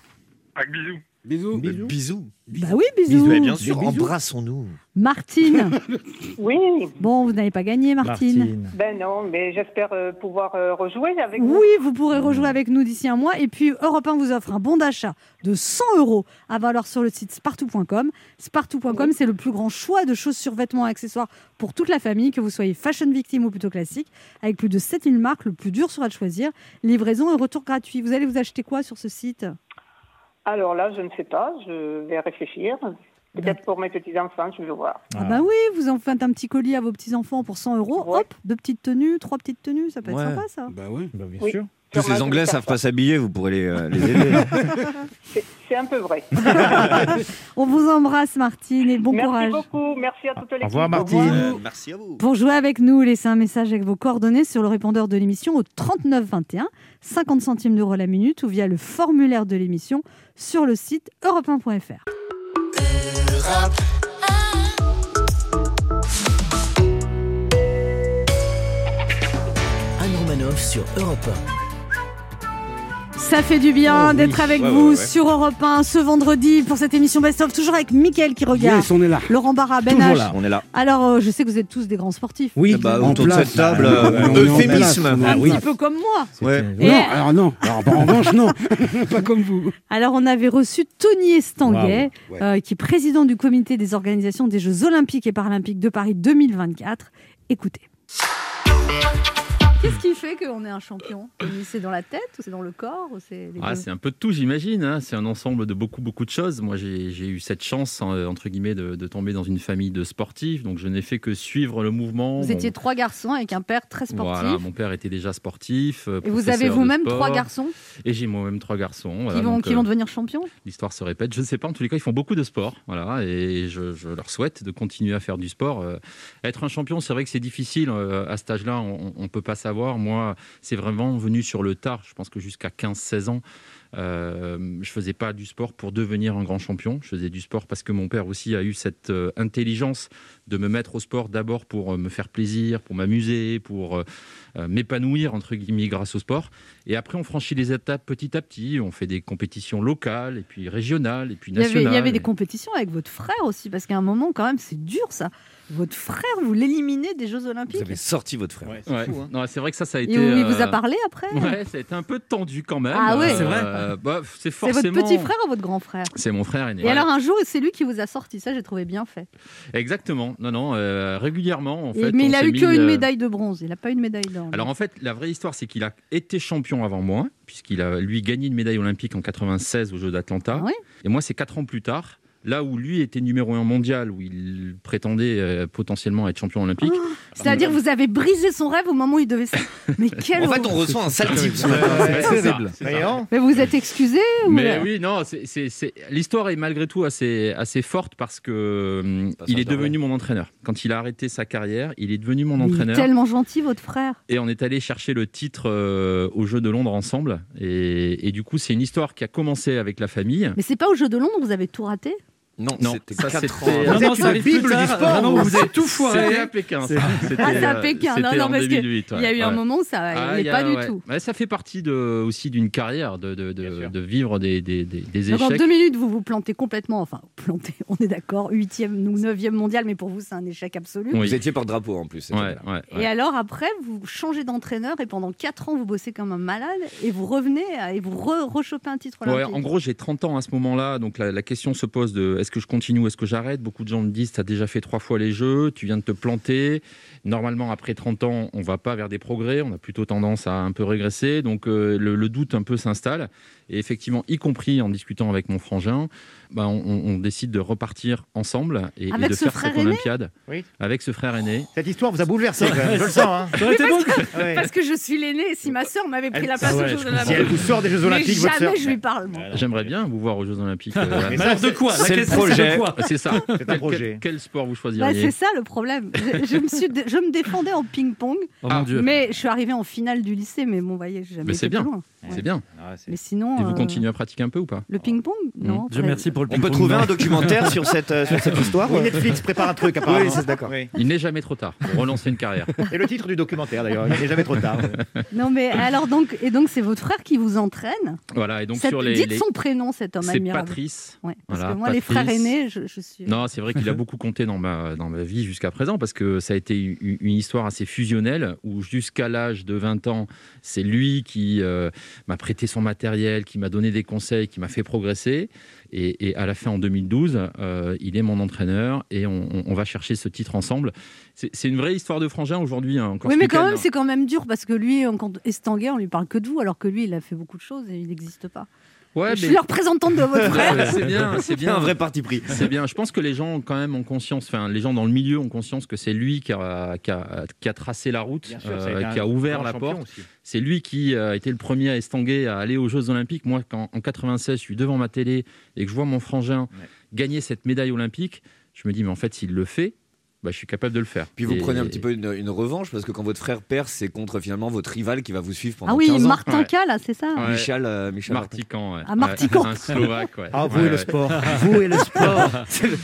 Speaker 1: Avec bisous.
Speaker 5: Bisous. Bisous.
Speaker 4: Bisous.
Speaker 3: Bah oui, bisous.
Speaker 4: Mais bien sûr,
Speaker 5: Bisous.
Speaker 4: embrassons-nous.
Speaker 3: Martine.
Speaker 7: Oui,
Speaker 3: Bon, vous n'avez pas gagné Martine.
Speaker 7: ben non, mais j'espère euh, pouvoir euh, rejouer avec vous.
Speaker 3: Oui, vous pourrez rejouer avec nous d'ici un mois. Et puis, Europe 1 vous offre un bon d'achat de 100 euros à valoir sur le site spartou.com. Spartou.com, c'est le plus grand choix de chaussures, vêtements et accessoires pour toute la famille, que vous soyez fashion victime ou plutôt classique. Avec plus de 7000 marques, le plus dur sera de choisir. Livraison et retour gratuit. Vous allez vous acheter quoi sur ce site
Speaker 7: Alors là, je ne sais pas, je vais réfléchir. Peut-être pour mes petits-enfants, je vais voir.
Speaker 3: Ah bah oui, vous en faites un petit colis à vos petits-enfants pour 100 euros.
Speaker 7: Ouais.
Speaker 3: Hop, deux petites tenues, trois petites tenues, ça peut être
Speaker 4: Ouais.
Speaker 3: sympa ça.
Speaker 5: Bah ouais.
Speaker 6: Bah, bien
Speaker 7: Oui.
Speaker 6: sûr.
Speaker 4: Tous les
Speaker 7: Sûrement, je
Speaker 4: Anglais
Speaker 7: vais
Speaker 4: savent
Speaker 7: faire
Speaker 4: pas s'habiller, vous pourrez les, euh, les aider.
Speaker 7: ça. C'est un peu vrai.
Speaker 3: On vous embrasse Martine et bon
Speaker 7: merci
Speaker 3: courage.
Speaker 7: beaucoup, merci à toute l'équipe.
Speaker 6: Au revoir Martine.
Speaker 4: Euh, merci à vous.
Speaker 3: Pour jouer avec nous, laissez un message avec vos coordonnées sur le répondeur de l'émission au 3921, 50 centimes d'euros la minute ou via le formulaire de l'émission sur le site europe1.fr.
Speaker 2: Anne Romanoff sur Europe
Speaker 3: Ça fait du bien
Speaker 5: Oh oui.
Speaker 3: d'être avec
Speaker 4: Ouais,
Speaker 3: vous
Speaker 4: ouais, ouais.
Speaker 3: sur Europe 1 ce vendredi pour cette émission Best of, toujours avec Mickaël qui regarde,
Speaker 5: Yes, on est là.
Speaker 3: Laurent Barra, Ben
Speaker 6: Toujours
Speaker 3: H.
Speaker 6: là.
Speaker 4: On est là.
Speaker 3: Alors, euh, je sais que vous êtes tous des grands sportifs.
Speaker 4: Eh bah,
Speaker 5: en
Speaker 4: autour de
Speaker 5: place.
Speaker 4: cette table,
Speaker 5: Ah,
Speaker 4: euh,
Speaker 5: ouais, on est en
Speaker 4: euphémisme.
Speaker 5: place, on est en
Speaker 6: Ah oui.
Speaker 3: Un
Speaker 5: place.
Speaker 3: peu comme moi.
Speaker 4: Ouais.
Speaker 3: Et-
Speaker 5: Non, alors non. Alors, bah, en revanche, non. pas comme vous.
Speaker 3: Alors, on avait reçu Tony Estanguet, euh, qui est président du comité des organisations des Jeux Olympiques et Paralympiques de Paris 2024. Écoutez. Qu'est-ce qui fait qu'on est un champion Tony, C'est dans la tête ou c'est dans le corps ou c'est les
Speaker 8: Ah,
Speaker 3: deux
Speaker 8: c'est un peu de tout, j'imagine. hein. C'est un ensemble de beaucoup, beaucoup de choses. Moi, j'ai j'ai eu cette chance, euh, entre guillemets, de, de tomber dans une famille de sportifs. Donc, je n'ai fait que suivre le mouvement.
Speaker 3: Vous
Speaker 8: Mon-
Speaker 3: étiez trois garçons avec un père très sportif.
Speaker 8: Voilà, mon père était déjà sportif. euh,
Speaker 3: Et vous
Speaker 8: professeur
Speaker 3: avez
Speaker 8: de
Speaker 3: vous-même
Speaker 8: sport.
Speaker 3: trois garçons
Speaker 8: Et j'ai moi-même trois garçons.
Speaker 3: qui,
Speaker 8: voilà.
Speaker 3: vont,
Speaker 8: Donc,
Speaker 3: qui
Speaker 8: euh,
Speaker 3: vont devenir champions
Speaker 8: L'histoire se répète. Je ne sais pas. En tous les cas, ils font beaucoup de sport. Voilà, et je, je leur souhaite de continuer à faire du sport. Euh, être un champion, c'est vrai que c'est difficile. euh, à cet âge-là, on ne peut pas savoir. Moi, c'est vraiment venu sur le tard. Je pense que jusqu'à 15-16 ans, euh, je faisais pas du sport pour devenir un grand champion. Je faisais du sport parce que mon père aussi a eu cette euh, intelligence de me mettre au sport d'abord pour euh, me faire plaisir, pour m'amuser, pour euh, euh, m'épanouir entre guillemets grâce au sport. Et après, on franchit les étapes petit à petit. On fait des compétitions locales et puis régionales et puis
Speaker 3: Il y, avait,
Speaker 8: nationales.
Speaker 3: il y avait des
Speaker 8: Et-
Speaker 3: compétitions avec votre frère aussi, parce qu'à un moment, quand même, c'est dur ça. Votre frère, vous l'éliminez des Jeux
Speaker 4: Vous
Speaker 3: Olympiques.
Speaker 4: avez sorti votre frère.
Speaker 8: Ouais. Non, c'est hein. vrai que ça, ça a été.
Speaker 3: Et où il vous a
Speaker 8: euh,
Speaker 3: parlé après
Speaker 8: Ouais, ça a été un peu tendu quand même.
Speaker 3: Ah ouais.
Speaker 8: Euh,
Speaker 3: C'est vrai.
Speaker 8: bah, c'est
Speaker 3: C'est
Speaker 8: forcément.
Speaker 3: votre petit frère ou votre grand frère
Speaker 8: C'est mon frère aîné.
Speaker 3: Et alors un jour, c'est lui qui vous a sorti ça, j'ai trouvé bien fait.
Speaker 8: Exactement. Non, non. euh, régulièrement, en
Speaker 3: Et-
Speaker 8: fait.
Speaker 3: mais
Speaker 8: on
Speaker 3: il a
Speaker 8: s'est
Speaker 3: eu
Speaker 8: mis,
Speaker 3: qu'une
Speaker 8: euh,
Speaker 3: médaille de bronze, il n'a pas eu de médaille d'or.
Speaker 8: Alors en fait, la vraie histoire, c'est qu'il a été champion avant moi, puisqu'il a lui gagné une médaille olympique en 96 aux Jeux d'Atlanta.
Speaker 3: Ah oui
Speaker 8: Et moi, c'est quatre ans plus tard. Là où lui était numéro un mondial, où il prétendait euh, potentiellement être champion olympique.
Speaker 3: Oh, C'est-à-dire vous avez brisé son rêve au moment où il devait. se- Mais quel.
Speaker 4: En fait,
Speaker 3: horreur.
Speaker 4: on reçoit un sale type. ce
Speaker 8: Ouais,
Speaker 4: matin.
Speaker 8: ouais, c'est ça,
Speaker 6: horrible.
Speaker 8: c'est ça.
Speaker 6: Voyons.
Speaker 3: Mais vous êtes excusé ou-
Speaker 8: Mais oui, non, c'est- c'est- c'est- l'histoire est malgré tout assez, assez forte parce que hum,
Speaker 9: Passage
Speaker 8: il est
Speaker 9: de rêve.
Speaker 8: devenu mon entraîneur. Quand il a arrêté sa carrière, il est devenu mon
Speaker 3: Mais il est
Speaker 8: entraîneur.
Speaker 3: Tellement gentil votre frère.
Speaker 8: Et on est allé chercher le titre euh, aux Jeux de Londres ensemble. Et, et du coup, c'est une histoire qui a commencé avec la famille.
Speaker 3: Mais c'est pas au jeu de Londres vous avez tout raté.
Speaker 9: Non,
Speaker 8: Non,
Speaker 9: c'était
Speaker 8: ça,
Speaker 9: 4 ans.
Speaker 8: c'était-
Speaker 9: avant.
Speaker 6: Non, non, c'est la Bible du sport.
Speaker 9: vraiment, vous avez tout
Speaker 8: C'était à
Speaker 9: foiré.
Speaker 8: Pékin.
Speaker 9: C'est-
Speaker 8: ça. C'était,
Speaker 3: Ah, c'est à
Speaker 8: euh,
Speaker 3: Pékin.
Speaker 8: c'était
Speaker 3: Non, non,
Speaker 8: en
Speaker 3: parce que
Speaker 8: 2008,
Speaker 3: il y a eu
Speaker 8: ouais,
Speaker 3: un
Speaker 8: ouais.
Speaker 3: moment où ça
Speaker 8: Ah,
Speaker 3: n'est
Speaker 8: il y a-
Speaker 3: pas du
Speaker 8: ouais.
Speaker 3: tout.
Speaker 8: Ouais, ça fait partie de, aussi d'une carrière, de, de, de-
Speaker 9: Bien sûr.
Speaker 8: de vivre des, des, des- des
Speaker 3: Donc en
Speaker 8: échecs.
Speaker 3: deux minutes, vous vous plantez complètement. Enfin, plantez, on est d'accord, huitième ou neuvième mondial, mais pour vous, c'est un échec absolu.
Speaker 8: Oui.
Speaker 9: Vous étiez porte-drapeau en plus. cette
Speaker 8: Ouais,
Speaker 9: année-là.
Speaker 8: ouais,
Speaker 3: Et
Speaker 8: ouais.
Speaker 3: alors après, vous changez d'entraîneur et pendant 4 ans, vous bossez comme un malade et vous revenez à- et vous re- rechopez un titre
Speaker 8: Ouais,
Speaker 3: olympique.
Speaker 8: en gros, j'ai 30 ans à ce moment-là, donc la, la question se pose de est-ce que je continue ou est-ce que j'arrête Beaucoup de gens me disent, tu as déjà fait trois fois les jeux, tu viens de te planter. Normalement, après 30 ans, on va pas vers des progrès, on a plutôt tendance à un peu régresser, donc euh, le, le doute un peu s'installe. Et effectivement, y compris en discutant avec mon frangin, bah, on, on- on décide de repartir ensemble et, et
Speaker 3: Avec
Speaker 8: de
Speaker 3: ce
Speaker 8: faire
Speaker 3: frère
Speaker 8: cette
Speaker 3: aîné
Speaker 8: Olympiade
Speaker 6: Oui.
Speaker 8: avec ce frère aîné.
Speaker 6: Cette histoire vous a bouleversé, quand même. je le sens. Hein.
Speaker 8: Ah
Speaker 6: Ouais.
Speaker 3: Parce que je suis l'aînée, et si ma sœur m'avait pris la place
Speaker 6: Ah
Speaker 9: ouais,
Speaker 3: au jour
Speaker 9: je
Speaker 3: de la
Speaker 6: Si elle vous sort des Jeux
Speaker 3: mais
Speaker 6: Olympiques, votre sœur. Ah
Speaker 3: jamais je lui parle. moi.
Speaker 8: J'aimerais bien vous voir aux Jeux Olympiques. euh, à-
Speaker 6: Mais ça,
Speaker 9: Malade de quoi La
Speaker 6: c'est le
Speaker 9: question, de
Speaker 6: projet.
Speaker 9: quoi
Speaker 8: Ah, c'est ça.
Speaker 6: C'est un projet.
Speaker 8: Quel, quel sport vous
Speaker 3: Bah,
Speaker 8: choisiriez
Speaker 3: c'est ça le problème. Je, je me suis dé- je me défendais en ping-pong,
Speaker 9: Oh
Speaker 8: Ah,
Speaker 9: mon dieu.
Speaker 3: mais je suis arrivée en finale du lycée. Mais bon, voyez, j'ai jamais
Speaker 8: Mais c'est
Speaker 3: été plus
Speaker 8: bien.
Speaker 3: loin.
Speaker 8: C'est bien.
Speaker 6: Ah
Speaker 3: Mais sinon,
Speaker 8: Et vous
Speaker 3: euh,
Speaker 8: continuez à pratiquer un peu ou pas Hmm.
Speaker 3: le ping-pong, non
Speaker 9: Dieu
Speaker 3: très-
Speaker 9: merci pour le
Speaker 4: On peut
Speaker 9: ping-pong.
Speaker 4: trouver un documentaire sur cette, euh, sur cette histoire
Speaker 6: Oui, Netflix prépare un truc, apparemment.
Speaker 4: Oui, c'est d'accord.
Speaker 6: Oui.
Speaker 8: Il n'est jamais trop tard pour relancer une carrière.
Speaker 6: Et le titre du documentaire, d'ailleurs, il n'est jamais trop tard.
Speaker 3: Non, mais alors donc et donc c'est votre frère qui vous entraîne.
Speaker 8: Voilà, et donc
Speaker 3: Cette-
Speaker 8: sur les.
Speaker 3: Dites
Speaker 8: les-
Speaker 3: son prénom, cet homme
Speaker 8: C'est
Speaker 3: admirable.
Speaker 8: Patrice.
Speaker 3: Ouais, parce
Speaker 8: Voilà,
Speaker 3: que moi, les
Speaker 8: Patrice.
Speaker 3: frères aînés, je, je suis.
Speaker 8: Non, c'est vrai qu'il a beaucoup compté dans ma, dans ma vie jusqu'à présent parce que ça a été u- une histoire assez fusionnelle où jusqu'à l'âge de 20 ans, c'est lui qui euh, m'a prêté son matériel, qui m'a donné des conseils, qui m'a fait progresser. Et, et à la fin, en 2012, euh, il est mon entraîneur et on, on- on va chercher ce titre ensemble. C'est c'est une vraie histoire de frangin aujourd'hui. hein, encore
Speaker 3: Oui,
Speaker 8: ce
Speaker 3: mais quand
Speaker 8: week-end,
Speaker 3: même,
Speaker 8: hein.
Speaker 3: c'est quand même dur parce que lui, on- quand Estanguet, on lui parle que de vous, alors que lui, il a fait beaucoup de choses et il n'existe pas.
Speaker 8: Ouais,
Speaker 3: je
Speaker 8: mais-
Speaker 3: suis la représentante de votre frère.
Speaker 8: C'est bien, c'est
Speaker 4: Bien
Speaker 8: bien.
Speaker 4: un vrai parti pris.
Speaker 8: C'est bien. Je pense que les gens ont quand même ont conscience, enfin les gens dans le milieu ont conscience que c'est lui qui a, qui a- qui a tracé la route, euh, qui a ouvert la porte. C'est lui qui euh, a été le premier à estanguer, à aller aux Jeux Olympiques. Moi, quand en 96, je suis devant ma télé et que je vois mon frangin
Speaker 6: Ouais.
Speaker 8: gagner cette médaille olympique, je me dis mais en fait s'il le fait, bah, je suis capable de le faire.
Speaker 9: Puis vous
Speaker 8: Et-
Speaker 9: prenez un petit peu une, une revanche parce que quand votre frère perd, c'est contre finalement votre rival qui va vous suivre pendant
Speaker 3: Ah oui,
Speaker 9: 15 ans.
Speaker 3: Martin
Speaker 8: Ouais.
Speaker 3: K, là, c'est ça.
Speaker 8: Ouais.
Speaker 9: Michel, euh, Michel Martin.
Speaker 8: Martican, ouais.
Speaker 3: Ah, Martican.
Speaker 8: Ouais, un Slovaque, ouais.
Speaker 6: Ah, vous
Speaker 8: Ouais,
Speaker 6: et le
Speaker 8: ouais.
Speaker 6: sport. Vous et le sport.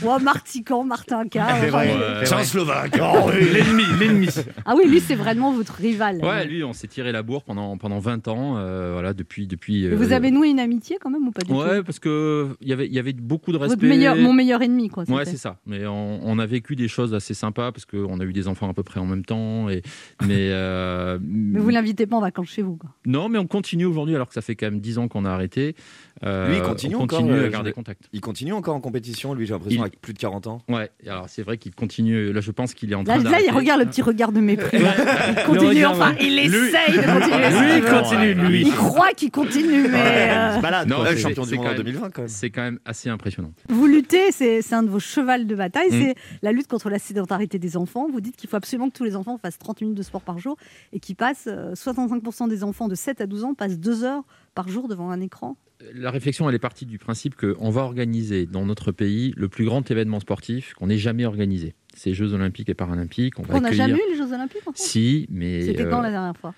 Speaker 3: Oh, Martican, Martin K.
Speaker 6: C'est vrai.
Speaker 3: enfin,
Speaker 8: Ouais.
Speaker 6: C'est un
Speaker 4: Slovaque.
Speaker 6: L'ennemi, l'ennemi.
Speaker 3: Ah oui, lui, c'est vraiment votre rival.
Speaker 8: Ouais, lui, on s'est tiré la bourre pendant, pendant 20 ans, euh, voilà, depuis... depuis
Speaker 3: Et Vous
Speaker 8: euh,
Speaker 3: avez noué une amitié quand même ou pas du
Speaker 8: Ouais,
Speaker 3: tout
Speaker 8: parce que il y avait, il y avait beaucoup de respect.
Speaker 3: votre meilleur, Mon meilleur ennemi, quoi.
Speaker 8: Ouais,
Speaker 3: c'était.
Speaker 8: c'est ça. Mais on, on a vécu des choses assez sympas parce qu'on a eu des enfants à peu près en même temps. Et, mais, euh,
Speaker 3: mais vous l'invitez pas en vacances chez vous. Quoi.
Speaker 8: non, mais on continue aujourd'hui alors que ça fait quand même 10 ans qu'on a arrêté. Euh,
Speaker 9: Lui, il continue
Speaker 8: on
Speaker 9: encore,
Speaker 8: continue
Speaker 9: euh,
Speaker 8: à garder
Speaker 9: je-
Speaker 8: contact.
Speaker 9: Il continue encore en compétition, lui, j'ai
Speaker 8: Il-
Speaker 9: l'impression, avec plus de 40 ans.
Speaker 8: Ouais, et alors c'est vrai qu'il continue. Là, je pense qu'il est en
Speaker 3: Là,
Speaker 8: train
Speaker 3: là, il
Speaker 8: d'arrêter.
Speaker 3: regarde le petit regard de mépris. Il continue,
Speaker 5: regard,
Speaker 3: enfin, il essaye de continuer. si tu veux.
Speaker 6: lui.
Speaker 3: Il croit qu'il continue, mais. euh,
Speaker 6: se balade.
Speaker 8: Non,
Speaker 6: quoi.
Speaker 8: ouais,
Speaker 9: Ouais, champion
Speaker 8: c'est
Speaker 9: du monde
Speaker 8: quand
Speaker 9: en
Speaker 8: même-
Speaker 9: 2020 quand même.
Speaker 8: C'est quand même assez impressionnant.
Speaker 3: Vous luttez, c'est c'est un de vos chevals de bataille,
Speaker 8: Mm.
Speaker 3: c'est la lutte contre la sédentarité des enfants. Vous dites qu'il faut absolument que tous les enfants fassent 30 minutes de sport par jour et qu'ils passent, euh, 65% des enfants de 7 à 12 ans passent 2 heures par jour devant un écran.
Speaker 8: La réflexion, elle est partie du principe qu'on va organiser dans notre pays le plus grand événement sportif qu'on ait jamais organisé. Ces Jeux Olympiques et Paralympiques. On va
Speaker 3: On n'a
Speaker 8: accueillir-
Speaker 3: jamais eu les Jeux Olympiques en France.
Speaker 8: Si, mais
Speaker 3: C'était quand
Speaker 8: euh,
Speaker 3: la dernière fois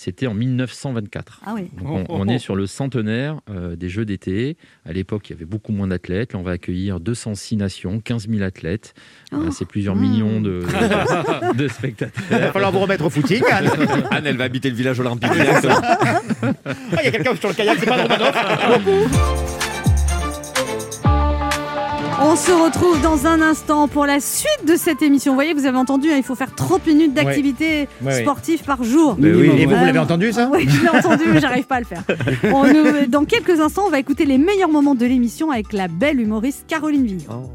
Speaker 8: c'était en 1924.
Speaker 3: Ah oui.
Speaker 8: Donc, on, on
Speaker 6: Oh,
Speaker 8: est sur le centenaire euh, des Jeux d'été. À l'époque, il y avait beaucoup moins d'athlètes. Là, on va accueillir 206 nations, 15 000 athlètes. Euh, C'est plusieurs
Speaker 3: Mmh.
Speaker 8: millions de, de- de spectateurs.
Speaker 6: Il va falloir vous remettre au footing, Anne.
Speaker 9: Anne, elle va habiter le village olympique. directement.
Speaker 6: Ah, Il y a quelqu'un sur le kayak, c'est pas Romanov.
Speaker 3: On se retrouve dans un instant pour la suite de cette émission. Vous voyez, vous avez entendu, hein, il faut faire 30 minutes d'activité
Speaker 6: Ouais, ouais.
Speaker 3: sportive par jour.
Speaker 6: Et vous, vous
Speaker 3: Ouais.
Speaker 6: l'avez entendu, ça
Speaker 3: Oui, je l'ai entendu, mais j'arrive pas à le faire. On nous- dans quelques instants, on va écouter les meilleurs moments de l'émission avec la belle humoriste Caroline Vignon.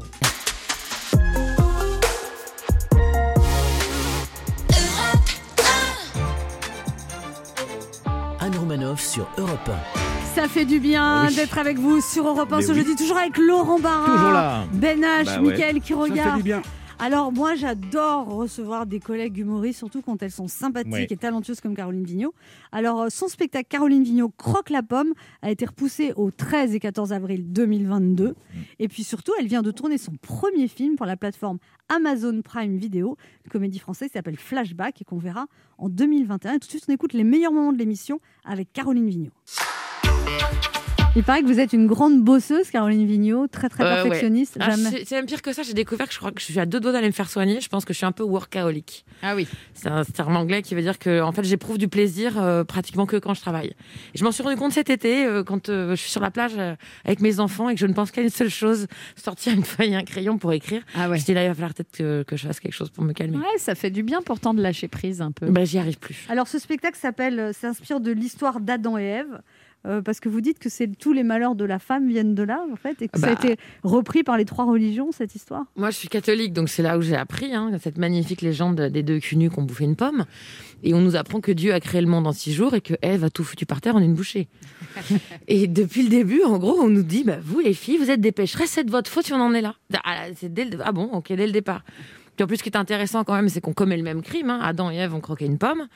Speaker 2: Anne Romanoff sur Europe
Speaker 3: Ça fait du bien
Speaker 6: Ah Oui.
Speaker 3: d'être avec vous sur Europe 1
Speaker 6: Mais
Speaker 3: ce
Speaker 6: oui.
Speaker 3: jeudi, toujours avec Laurent Barra,
Speaker 6: Toujours là.
Speaker 3: Ben H,
Speaker 6: Bah ouais.
Speaker 3: Mickaël qui
Speaker 5: Ça fait
Speaker 3: regarde.
Speaker 5: du bien.
Speaker 3: Alors moi j'adore recevoir des collègues humoristes, surtout quand elles sont sympathiques
Speaker 6: Ouais.
Speaker 3: et talentueuses comme Caroline Vigneault. Alors euh, son spectacle Caroline Vigneault croque la pomme a été repoussé au 13 et 14 avril 2022.
Speaker 6: Mm.
Speaker 3: Et puis surtout elle vient de tourner son premier film pour la plateforme Amazon Prime Video, une comédie française qui s'appelle Flashback et qu'on verra en 2021. Et tout de suite on écoute les meilleurs moments de l'émission avec Caroline Vigneault. Il paraît que vous êtes une grande bosseuse, Caroline Vigneault, très très
Speaker 10: Euh, ouais.
Speaker 3: perfectionniste.
Speaker 10: Ah,
Speaker 3: Jamais-
Speaker 10: c'est c'est même pire que ça, j'ai découvert que je crois que je suis à deux doigts d'aller me faire soigner. Je pense que je suis un peu workaholic.
Speaker 11: Ah oui.
Speaker 10: C'est un terme anglais qui veut dire que en fait, j'éprouve du plaisir euh, pratiquement que quand je travaille. Et je m'en suis rendu compte cet été euh, quand euh, je suis sur la plage euh, avec mes enfants et que je ne pense qu'à une seule chose, sortir une feuille et un crayon pour écrire. Je dis là, il va falloir peut-être que, que je fasse quelque chose pour me calmer.
Speaker 11: Ouais, ça fait du bien pourtant de lâcher prise un peu.
Speaker 10: Bah, j'y arrive plus.
Speaker 3: Alors ce spectacle s'appelle euh, s'inspire de l'histoire d'Adam et Ève. euh, parce que vous dites que c'est tous les malheurs de la femme viennent de là, en fait, et que ça a
Speaker 10: Bah.
Speaker 3: été repris par les trois religions, cette histoire.
Speaker 10: Moi, je suis catholique, donc c'est là où j'ai appris hein, cette magnifique légende des deux culs nus qui ont bouffé une pomme. Et on nous apprend que Dieu a créé le monde en six jours et que Ève a tout foutu par terre en une bouchée. et depuis le début, en gros, on nous dit bah, vous, les filles, vous êtes des pécheresses, c'est de votre faute si on en est là. Ah, c'est dès le- ah bon, ok, dès le départ. Puis en plus, ce qui est intéressant quand même, c'est qu'on commet le même crime. hein. Adam et Ève ont croqué une pomme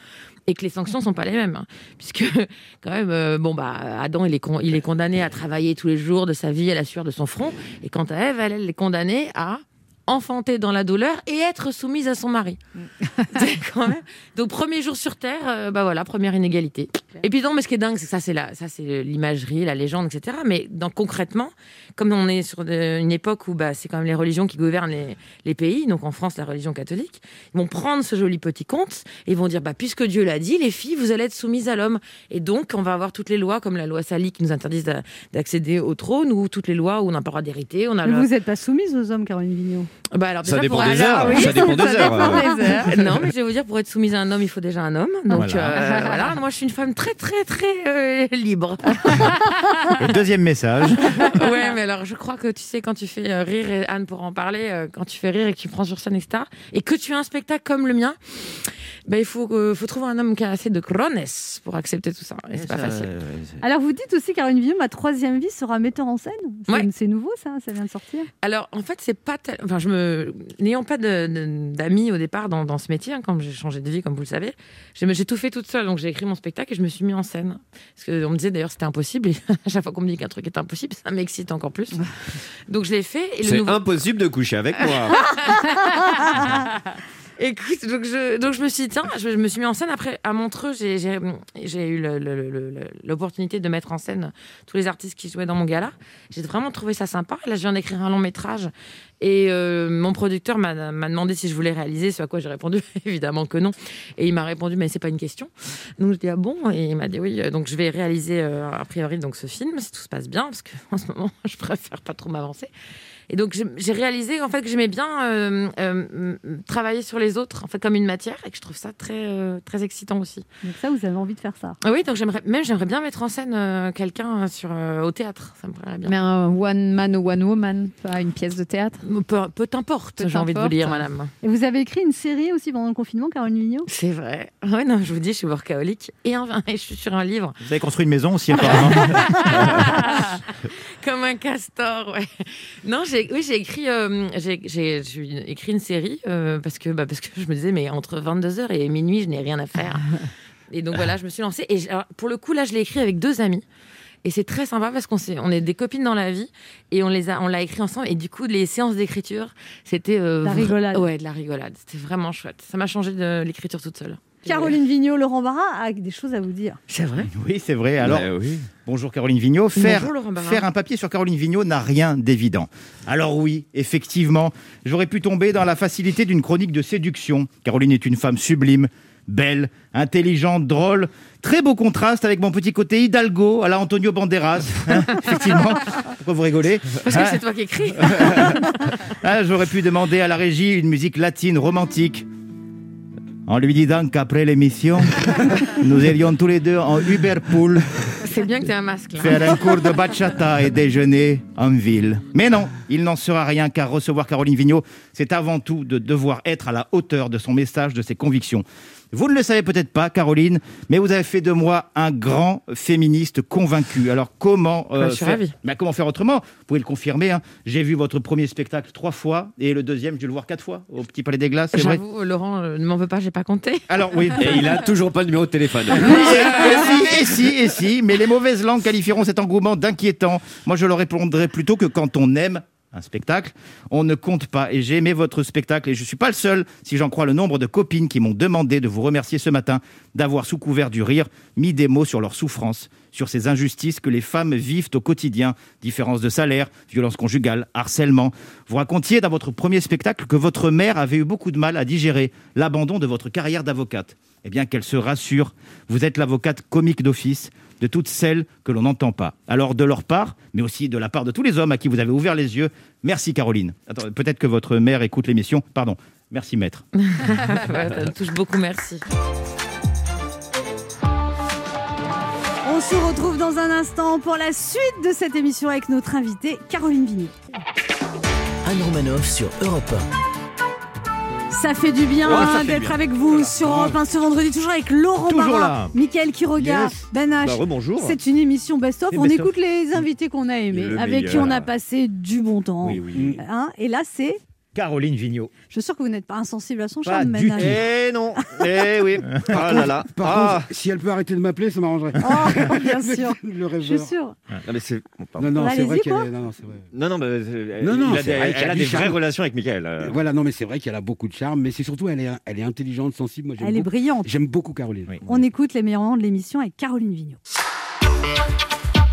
Speaker 10: et que les sanctions sont pas les mêmes. hein. Puisque, quand même, euh, bon, bah, Adam, il est, con- il est condamné à travailler tous les jours de sa vie à la sueur de son front. Et quant à Ève, elle, elle est condamnée à enfanter dans la douleur et être soumise à son mari. C'est quand même- Donc premier jour sur terre, euh, bah voilà, première inégalité. Et puis non, mais ce qui est dingue, c'est que ça c'est la, ça c'est l'imagerie, la légende, etc. Mais dans concrètement, comme on est sur de- une époque où bah c'est quand même les religions qui gouvernent les, les pays, donc en France la religion catholique, ils vont prendre ce joli petit conte et ils vont dire bah puisque Dieu l'a dit, les filles vous allez être soumises à l'homme et donc on va avoir toutes les lois comme la loi Sali qui nous interdisent d'a- d'accéder au trône ou toutes les lois où on n'a pas le droit d'hériter,
Speaker 11: Oh
Speaker 10: on a
Speaker 3: Mais
Speaker 10: le-
Speaker 3: vous n'êtes pas soumise aux hommes, Caroline Vigneault.
Speaker 10: bah alors
Speaker 9: Ça
Speaker 10: déjà,
Speaker 9: dépend
Speaker 10: pour-
Speaker 9: des
Speaker 10: alors,
Speaker 9: heures, ça dépend des heures, euh. ouais.
Speaker 10: non, mais je vais vous dire, pour être soumise à un homme, il faut déjà un homme. Donc
Speaker 6: Voilà.
Speaker 10: euh, voilà, moi je suis une femme très très très euh, libre.
Speaker 6: Et deuxième message.
Speaker 10: ouais, mais alors je crois que tu sais, quand tu fais euh, rire, et Anne pour en parler, euh, quand tu fais rire et que tu prends sur scène, etc., et que tu as un spectacle comme le mien, bah, il faut, euh, faut trouver un homme qui a assez de crones pour accepter tout ça. Et c'est pas facile.
Speaker 9: euh,
Speaker 3: Alors vous dites aussi, Caroline Vigneault, ma troisième vie sera metteur en scène. C'est,
Speaker 10: Ouais.
Speaker 3: c'est nouveau, ça, ça vient de sortir.
Speaker 10: Alors, en fait, c'est pas. tel- Enfin, je me. N'ayant pas de- de- d'amis au départ dans, dans ce métier, hein, quand j'ai changé de vie, comme vous le savez, j'ai j'ai tout fait toute seule. Donc, j'ai écrit mon spectacle et je me suis mis en scène. Parce qu'on me disait d'ailleurs c'était impossible. Et à chaque fois qu'on me dit qu'un truc est impossible, ça m'excite encore plus. Donc, je l'ai fait. Et le
Speaker 9: C'est
Speaker 10: nouveau-
Speaker 9: impossible de coucher avec moi.
Speaker 10: Écoute, donc je, donc je me suis dit, tiens, je, je me suis mis en scène. Après, à Montreux, j'ai- j'ai j'ai eu le- le- le- le- l'opportunité de mettre en scène tous les artistes qui jouaient dans mon gala. J'ai vraiment trouvé ça sympa. Là, je viens d'écrire un long métrage. Et euh, mon producteur m'a m'a demandé si je voulais réaliser, ce à quoi j'ai répondu évidemment que non. Et il m'a répondu, mais c'est pas une question. Donc je dis, ah bon Et il m'a dit, oui, euh, donc je vais réaliser euh, a priori donc, ce film, si tout se passe bien, parce qu'en ce moment, je préfère pas trop m'avancer. Et donc j'ai- j'ai réalisé en fait que j'aimais bien euh, euh, euh, travailler sur les autres, en fait comme une matière, et que je trouve ça très euh, très excitant aussi.
Speaker 3: Donc ça, vous avez envie de faire ça.
Speaker 10: Ah oui, donc j'aimerais même j'aimerais bien mettre en scène euh, quelqu'un sur euh, au théâtre, ça me plairait bien.
Speaker 11: Mais un one man ou one woman, pas une pièce de théâtre.
Speaker 10: Peu, peu importe,
Speaker 11: Peu
Speaker 10: j'ai envie de vous
Speaker 11: importe.
Speaker 10: dire, madame.
Speaker 3: Et vous avez écrit une série aussi pendant le confinement, Caroline Vigneault
Speaker 10: C'est vrai. Ouais, non, je vous dis, je suis workaholic et, un- et je suis sur un livre
Speaker 6: Vous avez construit une maison aussi, apparemment.
Speaker 10: comme un castor. Ouais. Non, j'ai oui, j'ai écrit euh, j'ai j'ai- j'ai écrit une série euh, parce que bah, parce que je me disais mais entre 22h et minuit, je n'ai rien à faire. Et donc voilà, je me suis lancée et j'- alors, pour le coup là, je l'ai écrit avec deux amis. Et c'est très sympa parce qu'on s'est- on est des copines dans la vie et on les a on l'a écrit ensemble et du coup les séances d'écriture c'était euh,
Speaker 3: La
Speaker 10: vra-
Speaker 3: rigolade.
Speaker 10: ouais de la rigolade c'était vraiment chouette ça m'a changé de l'écriture toute seule
Speaker 3: Caroline Vigneault, Laurent Barra a des choses à vous dire.
Speaker 10: c'est vrai Ben
Speaker 6: Oui, c'est vrai. Alors,
Speaker 9: Bah oui.
Speaker 6: Bonjour Caroline Vigneault. Faire,
Speaker 10: Bonjour, Laurent Barra.
Speaker 6: faire un papier sur Caroline Vigneault n'a rien d'évident. Alors oui, effectivement, j'aurais pu tomber dans la facilité d'une chronique de séduction. Caroline est une femme sublime, belle, intelligente, drôle. Très beau contraste avec mon petit côté Hidalgo à la Antonio Banderas. Hein, effectivement. Pourquoi vous rigolez
Speaker 10: parce que
Speaker 6: Hein
Speaker 10: c'est toi qui écris
Speaker 6: Ah, J'aurais pu demander à la régie une musique latine romantique. En lui disant qu'après l'émission, nous allions tous les deux en Uberpool.
Speaker 10: C'est bien que tu aies un masque. Là.
Speaker 6: Faire un cours de bachata et déjeuner en ville. Mais non, il n'en sera rien car recevoir Caroline Vigneault, c'est avant tout de devoir être à la hauteur de son message, de ses convictions. Vous ne le savez peut-être pas, Caroline, mais vous avez fait de moi un grand féministe convaincu. Alors comment,
Speaker 10: Ouais, je suis
Speaker 6: faire,
Speaker 10: ravie.
Speaker 6: bah, comment faire autrement Vous pouvez le confirmer. hein. J'ai vu votre premier spectacle trois fois et le deuxième, je vais le voir quatre fois au Petit Palais des Glaces. C'est vrai.
Speaker 10: J'avoue, Laurent, euh, ne m'en veux pas, j'ai pas compté.
Speaker 6: Alors oui.
Speaker 9: toujours pas de numéro de euh, téléphone.
Speaker 6: Oui, et, et si, et si, et si, mais les mauvaises langues qualifieront cet engouement d'inquiétant. Moi, je leur répondrai plutôt que quand on aime un spectacle, on ne compte pas. Et j'ai aimé votre spectacle, et je ne suis pas le seul, si j'en crois le nombre de copines qui m'ont demandé de vous remercier ce matin d'avoir, sous couvert du rire, mis des mots sur leur souffrance, sur ces injustices que les femmes vivent au quotidien, différences de salaire, violences conjugales, harcèlement. Vous racontiez dans votre premier spectacle que votre mère avait eu beaucoup de mal à digérer l'abandon de votre carrière d'avocate eh bien qu'elle se rassure. Vous êtes l'avocate comique d'office de toutes celles que l'on n'entend pas. Alors de leur part, mais aussi de la part de tous les hommes à qui vous avez ouvert les yeux, merci Caroline. Attends, peut-être que votre mère écoute l'émission. Pardon. Merci maître.
Speaker 10: Ouais, ça me touche beaucoup, merci.
Speaker 3: On se retrouve dans un instant pour la suite de cette émission avec notre invitée Caroline Vigny.
Speaker 2: Anne Romanoff sur Europe
Speaker 3: Ça fait du bien
Speaker 2: Oh, ça
Speaker 4: Ah,
Speaker 3: hein,
Speaker 2: fait du
Speaker 3: d'être
Speaker 2: bien.
Speaker 3: avec vous sur Europe 1 ce vendredi, toujours avec Laurent
Speaker 2: Toujours
Speaker 3: Barra,
Speaker 2: là.
Speaker 3: Mickaël Quiroga,
Speaker 2: Yes.
Speaker 3: Ben H.
Speaker 4: Bah, rebonjour.
Speaker 3: C'est une émission best-of.
Speaker 4: C'est
Speaker 3: On
Speaker 4: best-of.
Speaker 3: écoute les invités qu'on a aimés,
Speaker 4: Le
Speaker 3: avec qui on a
Speaker 4: meilleur.
Speaker 3: passé du bon temps.
Speaker 4: Oui, oui.
Speaker 3: Hein, et là, c'est.
Speaker 6: Caroline Vigneault.
Speaker 3: Je suis sûre que vous n'êtes pas insensible à son
Speaker 4: Pas
Speaker 3: charme,
Speaker 4: du
Speaker 3: Ben H.
Speaker 4: tout. Eh non Eh oui Ah là là
Speaker 5: Par
Speaker 4: Ah.
Speaker 5: contre, si elle peut arrêter de m'appeler, ça m'arrangerait.
Speaker 3: Oh, bien sûr.
Speaker 5: Le
Speaker 3: Je
Speaker 5: rêveur.
Speaker 3: suis sûre.
Speaker 4: Non, mais c'est. bon, pardon.
Speaker 5: Non, non, c'est vrai
Speaker 3: Allez-y,
Speaker 5: qu'elle
Speaker 3: quoi.
Speaker 5: est- non, non, c'est vrai.
Speaker 4: Non, non, mais, euh,
Speaker 5: Non, non,
Speaker 4: il a
Speaker 5: c'est-
Speaker 4: des-
Speaker 5: elle-
Speaker 4: elle,
Speaker 5: elle a
Speaker 4: a
Speaker 5: du
Speaker 4: des
Speaker 5: charme.
Speaker 4: vraies relations avec Michael. euh.
Speaker 5: Voilà, non, mais c'est vrai qu'elle a beaucoup de charme, mais c'est surtout, elle est, elle est intelligente, sensible. Moi, j'aime
Speaker 3: Elle est
Speaker 5: beaucoup-
Speaker 3: brillante.
Speaker 5: J'aime beaucoup Caroline.
Speaker 3: On écoute les meilleurs moments de l'émission avec Caroline Vigneault.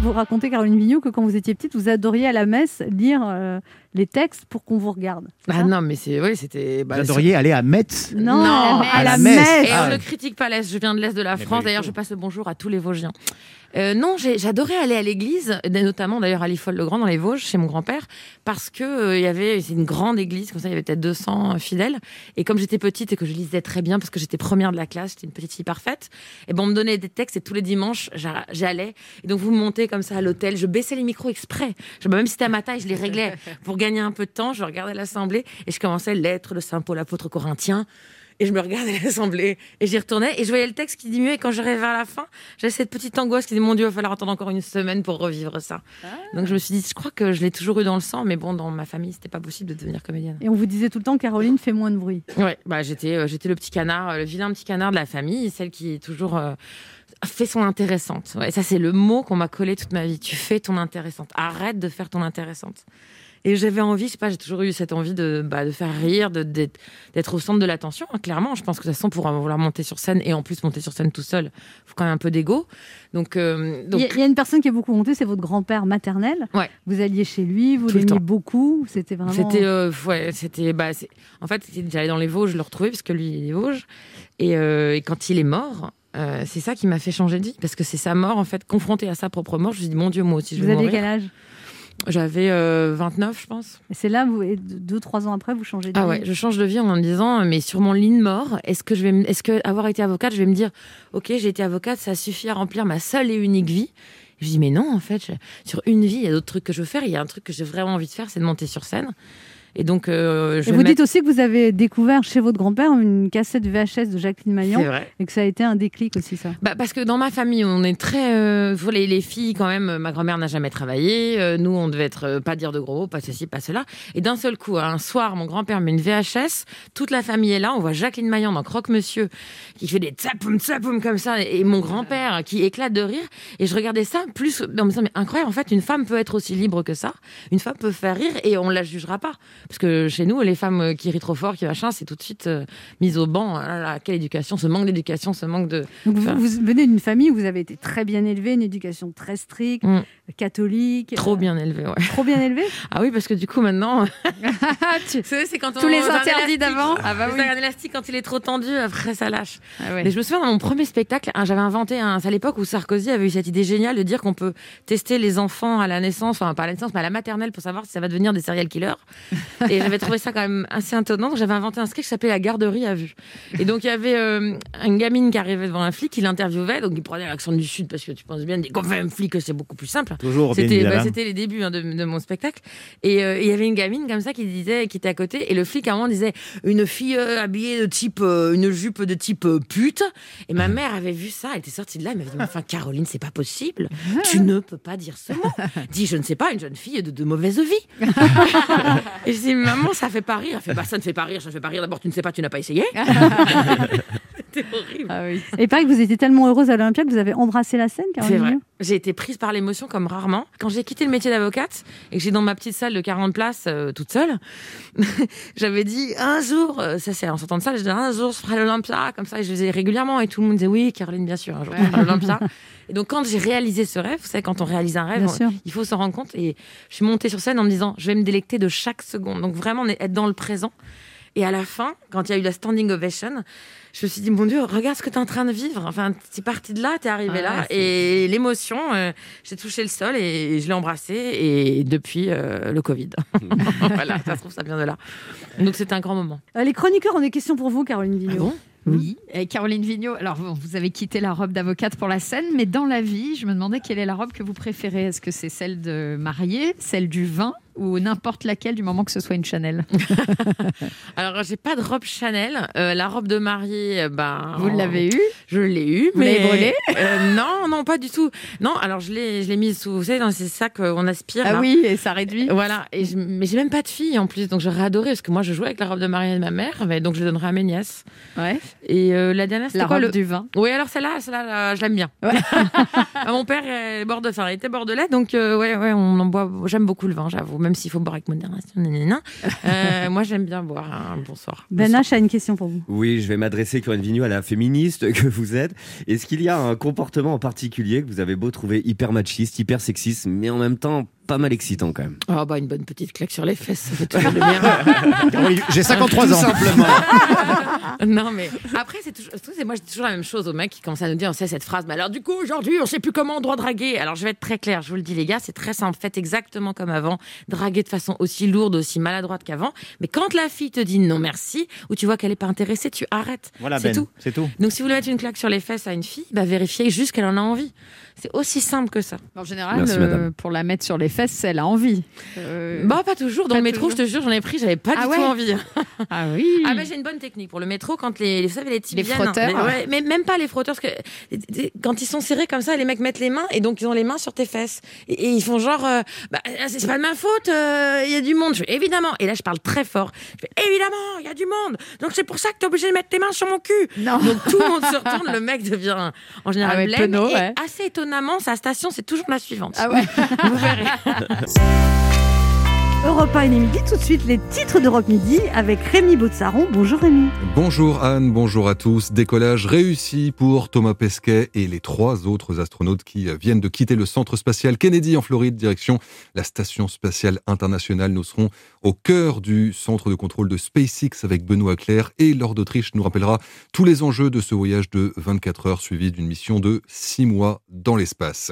Speaker 3: Vous racontez, Caroline Vigneault, que quand vous étiez petite, vous adoriez à la messe lire euh, les textes pour qu'on vous regarde.
Speaker 10: Ah non, mais c'est. Oui, c'était. bah,
Speaker 6: Vous adoriez aller à Metz
Speaker 3: Non, à la
Speaker 10: Et on
Speaker 6: Ah,
Speaker 10: ne critique pas l'Est, je viens de l'Est de la
Speaker 6: Mais pas
Speaker 10: France.
Speaker 6: du
Speaker 10: D'ailleurs, je passe le bonjour à tous les Vosgiens. Euh, non, j'ai- j'adorais aller à l'église, et notamment d'ailleurs à Liffol-le-Grand dans les Vosges, chez mon grand-père, parce que euh, il y avait c'est une grande église, comme ça il y avait peut-être 200 fidèles. Et comme j'étais petite et que je lisais très bien, parce que j'étais première de la classe, j'étais une petite fille parfaite, et ben on me donnait des textes et tous les dimanches j'a- j'allais. Et donc vous me montez comme ça à l'hôtel, je baissais les micros exprès. Je- bah, même si c'était à ma taille, je les réglais pour gagner un peu de temps. Je regardais l'assemblée et je commençais l'être de saint Paul apôtre corinthien. Et je me regardais à l'assemblée et j'y retournais et je voyais le texte qui diminuait. Et quand j'arrivais vers la fin, j'avais cette petite angoisse qui disait Mon Dieu, il va falloir attendre encore une semaine pour revivre ça. Donc je me suis dit Je crois que je l'ai toujours eu dans le sang, mais bon, dans ma famille, c'était pas possible de devenir comédienne.
Speaker 3: Et on vous disait tout le temps, Caroline, fais moins de bruit.
Speaker 10: Ouais, bah, j'étais, euh, j'étais le petit canard, euh, le vilain petit canard de la famille, celle qui est toujours euh, fait son intéressante. Ouais, ça, c'est le mot qu'on m'a collé toute ma vie. Tu fais ton intéressante. Arrête de faire ton intéressante. Et j'avais envie, je sais pas, j'ai toujours eu cette envie de, bah, de faire rire, de, d'être, d'être au centre de l'attention, hein, clairement. Je pense que de toute façon, pour euh, vouloir monter sur scène, et en plus monter sur scène tout seul, faut quand même un peu d'ego. Donc, euh,
Speaker 3: Il
Speaker 10: donc
Speaker 3: y, a- il y a une personne qui est beaucoup montée, c'est votre grand-père maternel.
Speaker 10: Ouais.
Speaker 3: Vous alliez chez lui, vous
Speaker 10: Tout le
Speaker 3: l'aimiez
Speaker 10: temps.
Speaker 3: beaucoup. C'était vraiment.
Speaker 10: C'était, euh, ouais, c'était, bah, c'est- en fait, c'est- j'allais dans les Vosges, je le retrouvais parce que lui, il est des Vosges. Et, euh, et quand il est mort, euh, c'est ça qui m'a fait changer de vie, parce que c'est sa mort, en fait, confrontée à sa propre mort. Je me suis dit, mon Dieu, moi aussi, je
Speaker 3: vous
Speaker 10: vais
Speaker 3: aviez
Speaker 10: mourir.
Speaker 3: quel âge
Speaker 10: J'avais euh, 29, je pense.
Speaker 3: Et c'est là, vous, et deux, deux, trois ans après, vous changez de
Speaker 10: Ah
Speaker 3: vie.
Speaker 10: ouais, je change de vie en me disant, euh, mais sur mon lit de mort, est-ce que je vais, me- est-ce que avoir été avocate, je vais me dire, ok, j'ai été avocate, ça suffit à remplir ma seule et unique vie. Et je dis, mais non, en fait, je- sur une vie, il y a d'autres trucs que je veux faire. Il y a un truc que j'ai vraiment envie de faire, c'est de monter sur scène. Et donc, euh, je vais
Speaker 3: Et vous
Speaker 10: mettre-
Speaker 3: dites aussi que vous avez découvert chez votre grand-père une cassette VHS de Jacqueline Maillan.
Speaker 10: C'est vrai.
Speaker 3: Et que ça a été un déclic aussi, ça.
Speaker 10: Bah, parce que dans ma famille, on est très. euh, pour les, les filles, quand même, euh, ma grand-mère n'a jamais travaillé. euh, nous, on devait être. euh, pas dire de gros mots, pas ceci, pas cela. Et d'un seul coup, un soir, mon grand-père met une VHS. Toute la famille est là. On voit Jacqueline Maillan dans Croque-Monsieur qui fait des tsapoum, tsapoum comme ça. Et mon grand-père euh, qui éclate de rire. Et je regardais ça plus. Non, mais, ça, mais incroyable. En fait, une femme peut être aussi libre que ça. Une femme peut faire rire et on la jugera pas. Parce que chez nous, les femmes euh, qui rient trop fort, qui machin, c'est tout de suite euh, mise au banc. Ah là là, quelle éducation, ce manque d'éducation, ce manque de.
Speaker 3: Donc vous,
Speaker 10: Enfin,
Speaker 3: vous venez d'une famille où vous avez été très bien élevé, une éducation très stricte,
Speaker 10: Mm.
Speaker 3: catholique.
Speaker 10: Trop
Speaker 3: euh,
Speaker 10: bien élevé, ouais.
Speaker 3: Trop bien élevé
Speaker 10: Ah oui, parce que du coup, maintenant. tu sais, c'est quand
Speaker 11: Tous les
Speaker 10: c'est un
Speaker 11: interdits
Speaker 10: élastique.
Speaker 11: d'avant. Ah bah
Speaker 10: C'est
Speaker 11: oui.
Speaker 10: un élastique, quand il est trop tendu, après, ça lâche.
Speaker 11: Ah ouais.
Speaker 10: Mais je me souviens, dans mon premier spectacle, hein, j'avais inventé un. C'est à l'époque où Sarkozy avait eu cette idée géniale de dire qu'on peut tester les enfants à la naissance, enfin, pas à la naissance, mais à la maternelle pour savoir si ça va devenir des serial killers. Et j'avais trouvé ça quand même assez étonnant. Donc, J'avais inventé un sketch qui s'appelait La garderie à vue. Et donc, il y avait euh, une gamine qui arrivait devant un flic, il l'interviewait. Donc, il prenait l'accent du Sud parce que tu penses bien, dès qu'on fait un flic, c'est beaucoup plus simple.
Speaker 6: Toujours bien
Speaker 10: C'était
Speaker 6: évidemment.
Speaker 10: c'était les débuts hein, de, de mon spectacle. Et euh, il y avait une gamine comme ça qui disait, qui était à côté. Et le flic, à un moment, disait Une fille euh, habillée de type, euh, une jupe de type euh, pute. Et ma mère avait vu ça, elle était sortie de là. Elle m'avait dit Mais Enfin, Caroline, c'est pas possible. Tu ne peux pas dire ce mot. Dis, je ne sais pas, une jeune fille de, de mauvaise vie. Et je dis, maman, ça fait pas rire. Elle fait, bah, ça ne fait pas rire, ça ne fait pas rire. D'abord, tu ne sais pas, tu n'as pas essayé. C'était horrible.
Speaker 3: Et pareil, vous étiez tellement heureuse à l'Olympia que vous avez embrassé la scène,
Speaker 10: C'est
Speaker 3: Caroline.
Speaker 10: vrai.
Speaker 3: Mignot.
Speaker 10: J'ai été prise par l'émotion comme rarement. Quand j'ai quitté le métier d'avocate et que j'ai dans ma petite salle de 40 places euh, toute seule, j'avais dit un jour, euh, ça c'est en sortant de salle, j'ai dit un jour je ferai l'Olympia, comme ça, et je le faisais régulièrement et tout le monde disait oui, Caroline, bien sûr, un jour je ferai l'Olympia. Et donc quand j'ai réalisé ce rêve, vous savez, quand on réalise un rêve,
Speaker 11: Bien
Speaker 10: on-
Speaker 11: sûr.
Speaker 10: il faut s'en rendre compte et je suis montée sur scène en me disant je vais me délecter de chaque seconde. Donc vraiment être dans le présent. Et à la fin, quand il y a eu la standing ovation, je me suis dit, mon Dieu, regarde ce que tu es en train de vivre. Enfin, t'es parti de là, t'es arrivé
Speaker 11: Ah,
Speaker 10: là.
Speaker 11: c'est-
Speaker 10: Et l'émotion, euh, j'ai touché le sol et je l'ai embrassé. Et depuis euh, le Covid. voilà, ça se trouve, ça vient de là. Donc c'était un grand moment.
Speaker 3: Euh, les chroniqueurs ont des questions pour vous, Caroline Vigneault.
Speaker 11: Ah
Speaker 3: Hein
Speaker 11: Oui. Et Caroline Vigneault, alors bon, vous avez quitté la robe d'avocate pour la scène, mais dans la vie, je me demandais quelle est la robe que vous préférez. Est-ce que c'est celle de mariée, celle du vin ou n'importe laquelle du moment que ce soit une Chanel
Speaker 10: Alors, j'ai pas de robe Chanel. Euh, la robe de mariée, euh, ben.
Speaker 3: Oh.
Speaker 11: Vous l'avez eue
Speaker 10: Je l'ai eue,
Speaker 11: Vous
Speaker 10: mais.
Speaker 11: l'avez brûlée
Speaker 10: Euh, Non, non, pas du tout. Non, alors je l'ai je l'ai mise sous. Vous savez, dans ces sacs euh, on aspire.
Speaker 11: Ah
Speaker 10: là.
Speaker 11: oui, et ça réduit.
Speaker 10: Voilà, et je- mais j'ai même pas de fille en plus, donc j'aurais adoré parce que moi je jouais avec la robe de mariée de ma mère, mais donc je donnerai à mes nièces.
Speaker 11: Ouais.
Speaker 10: Et euh, la dernière, c'était
Speaker 11: La
Speaker 10: quoi
Speaker 11: robe
Speaker 10: le
Speaker 11: du vin.
Speaker 10: Oui, alors celle-là, celle-là, là, je l'aime bien. Ah, Mon père est bordelais, enfin, il était bordelais, donc euh, ouais, ouais, on en boit. J'aime beaucoup le vin, j'avoue, même s'il faut boire avec modération. nanana. Euh, moi, j'aime bien boire. hein. Bonsoir.
Speaker 3: Ben H a une question pour vous.
Speaker 9: Oui, je vais m'adresser, Corinne Vigneault, à la féministe que vous êtes. Est-ce qu'il y a un comportement en particulier que vous avez beau trouver hyper machiste, hyper sexiste, mais en même temps pas mal excitant quand même
Speaker 10: Oh bah une bonne petite claque sur les fesses, ça fait toujours du bien.
Speaker 9: Caroline, j'ai
Speaker 6: 53
Speaker 9: Tout
Speaker 6: ans.
Speaker 9: simplement.
Speaker 10: non mais après c'est toujours, surtout, c'est- moi j'ai toujours la même chose aux mecs qui commencent à nous dire on sait cette phrase mais alors du coup aujourd'hui on sait plus comment on doit draguer alors je vais être très claire je vous le dis les gars c'est très simple faites exactement comme avant draguer de façon aussi lourde aussi maladroite qu'avant mais quand la fille te dit non merci ou tu vois qu'elle est pas intéressée tu arrêtes
Speaker 6: Voilà,
Speaker 10: c'est
Speaker 6: Ben.
Speaker 10: tout
Speaker 6: C'est tout.
Speaker 10: donc si vous voulez mettre une claque sur les fesses à une fille bah vérifiez juste qu'elle en a envie c'est aussi simple que ça
Speaker 11: En général,
Speaker 10: Merci,
Speaker 11: euh,
Speaker 10: madame.
Speaker 11: pour la mettre sur les fesses, elle a envie. Euh,
Speaker 10: Bah pas toujours. Dans
Speaker 11: pas
Speaker 10: le métro,
Speaker 11: toujours.
Speaker 10: je te jure, j'en ai pris, j'avais pas
Speaker 11: Ah
Speaker 10: du
Speaker 11: ouais
Speaker 10: tout envie.
Speaker 11: Ah oui.
Speaker 10: Ah bah j'ai une bonne technique pour le métro quand les, vous savez, les types
Speaker 11: Les
Speaker 10: viennent.
Speaker 11: frotteurs.
Speaker 10: Mais, ouais, mais même pas les frotteurs parce que euh, quand ils sont serrés comme ça, les mecs mettent les mains et donc ils ont les mains sur tes fesses et, et ils font genre, euh, bah, c'est pas de ma faute, euh, il y a du monde. Je fais, évidemment. Et là je parle très fort. Je fais, évidemment, il y a du monde. Donc c'est pour ça que t'es obligé de mettre tes mains sur mon cul.
Speaker 11: Non.
Speaker 10: Donc tout le monde se retourne, le mec devient en général
Speaker 11: Ah ouais,
Speaker 10: blême
Speaker 11: penaud,
Speaker 10: et
Speaker 11: ouais.
Speaker 10: assez étonnamment sa station c'est toujours la suivante.
Speaker 11: Ah ouais.
Speaker 10: Vous verrez.
Speaker 3: Europe 1 et les Midi, tout de suite les titres d'Europe Midi avec Rémi Botsaron. Bonjour Rémi.
Speaker 12: Bonjour Anne, bonjour à tous. Décollage réussi pour Thomas Pesquet et les trois autres astronautes qui euh, viennent de quitter le centre spatial Kennedy en Floride, direction la station spatiale internationale. Nous serons au cœur du centre de contrôle de SpaceX avec Benoît Claire et Laure d'Autriche nous rappellera tous les enjeux de ce voyage de 24 heures suivi d'une mission de 6 mois dans l'espace.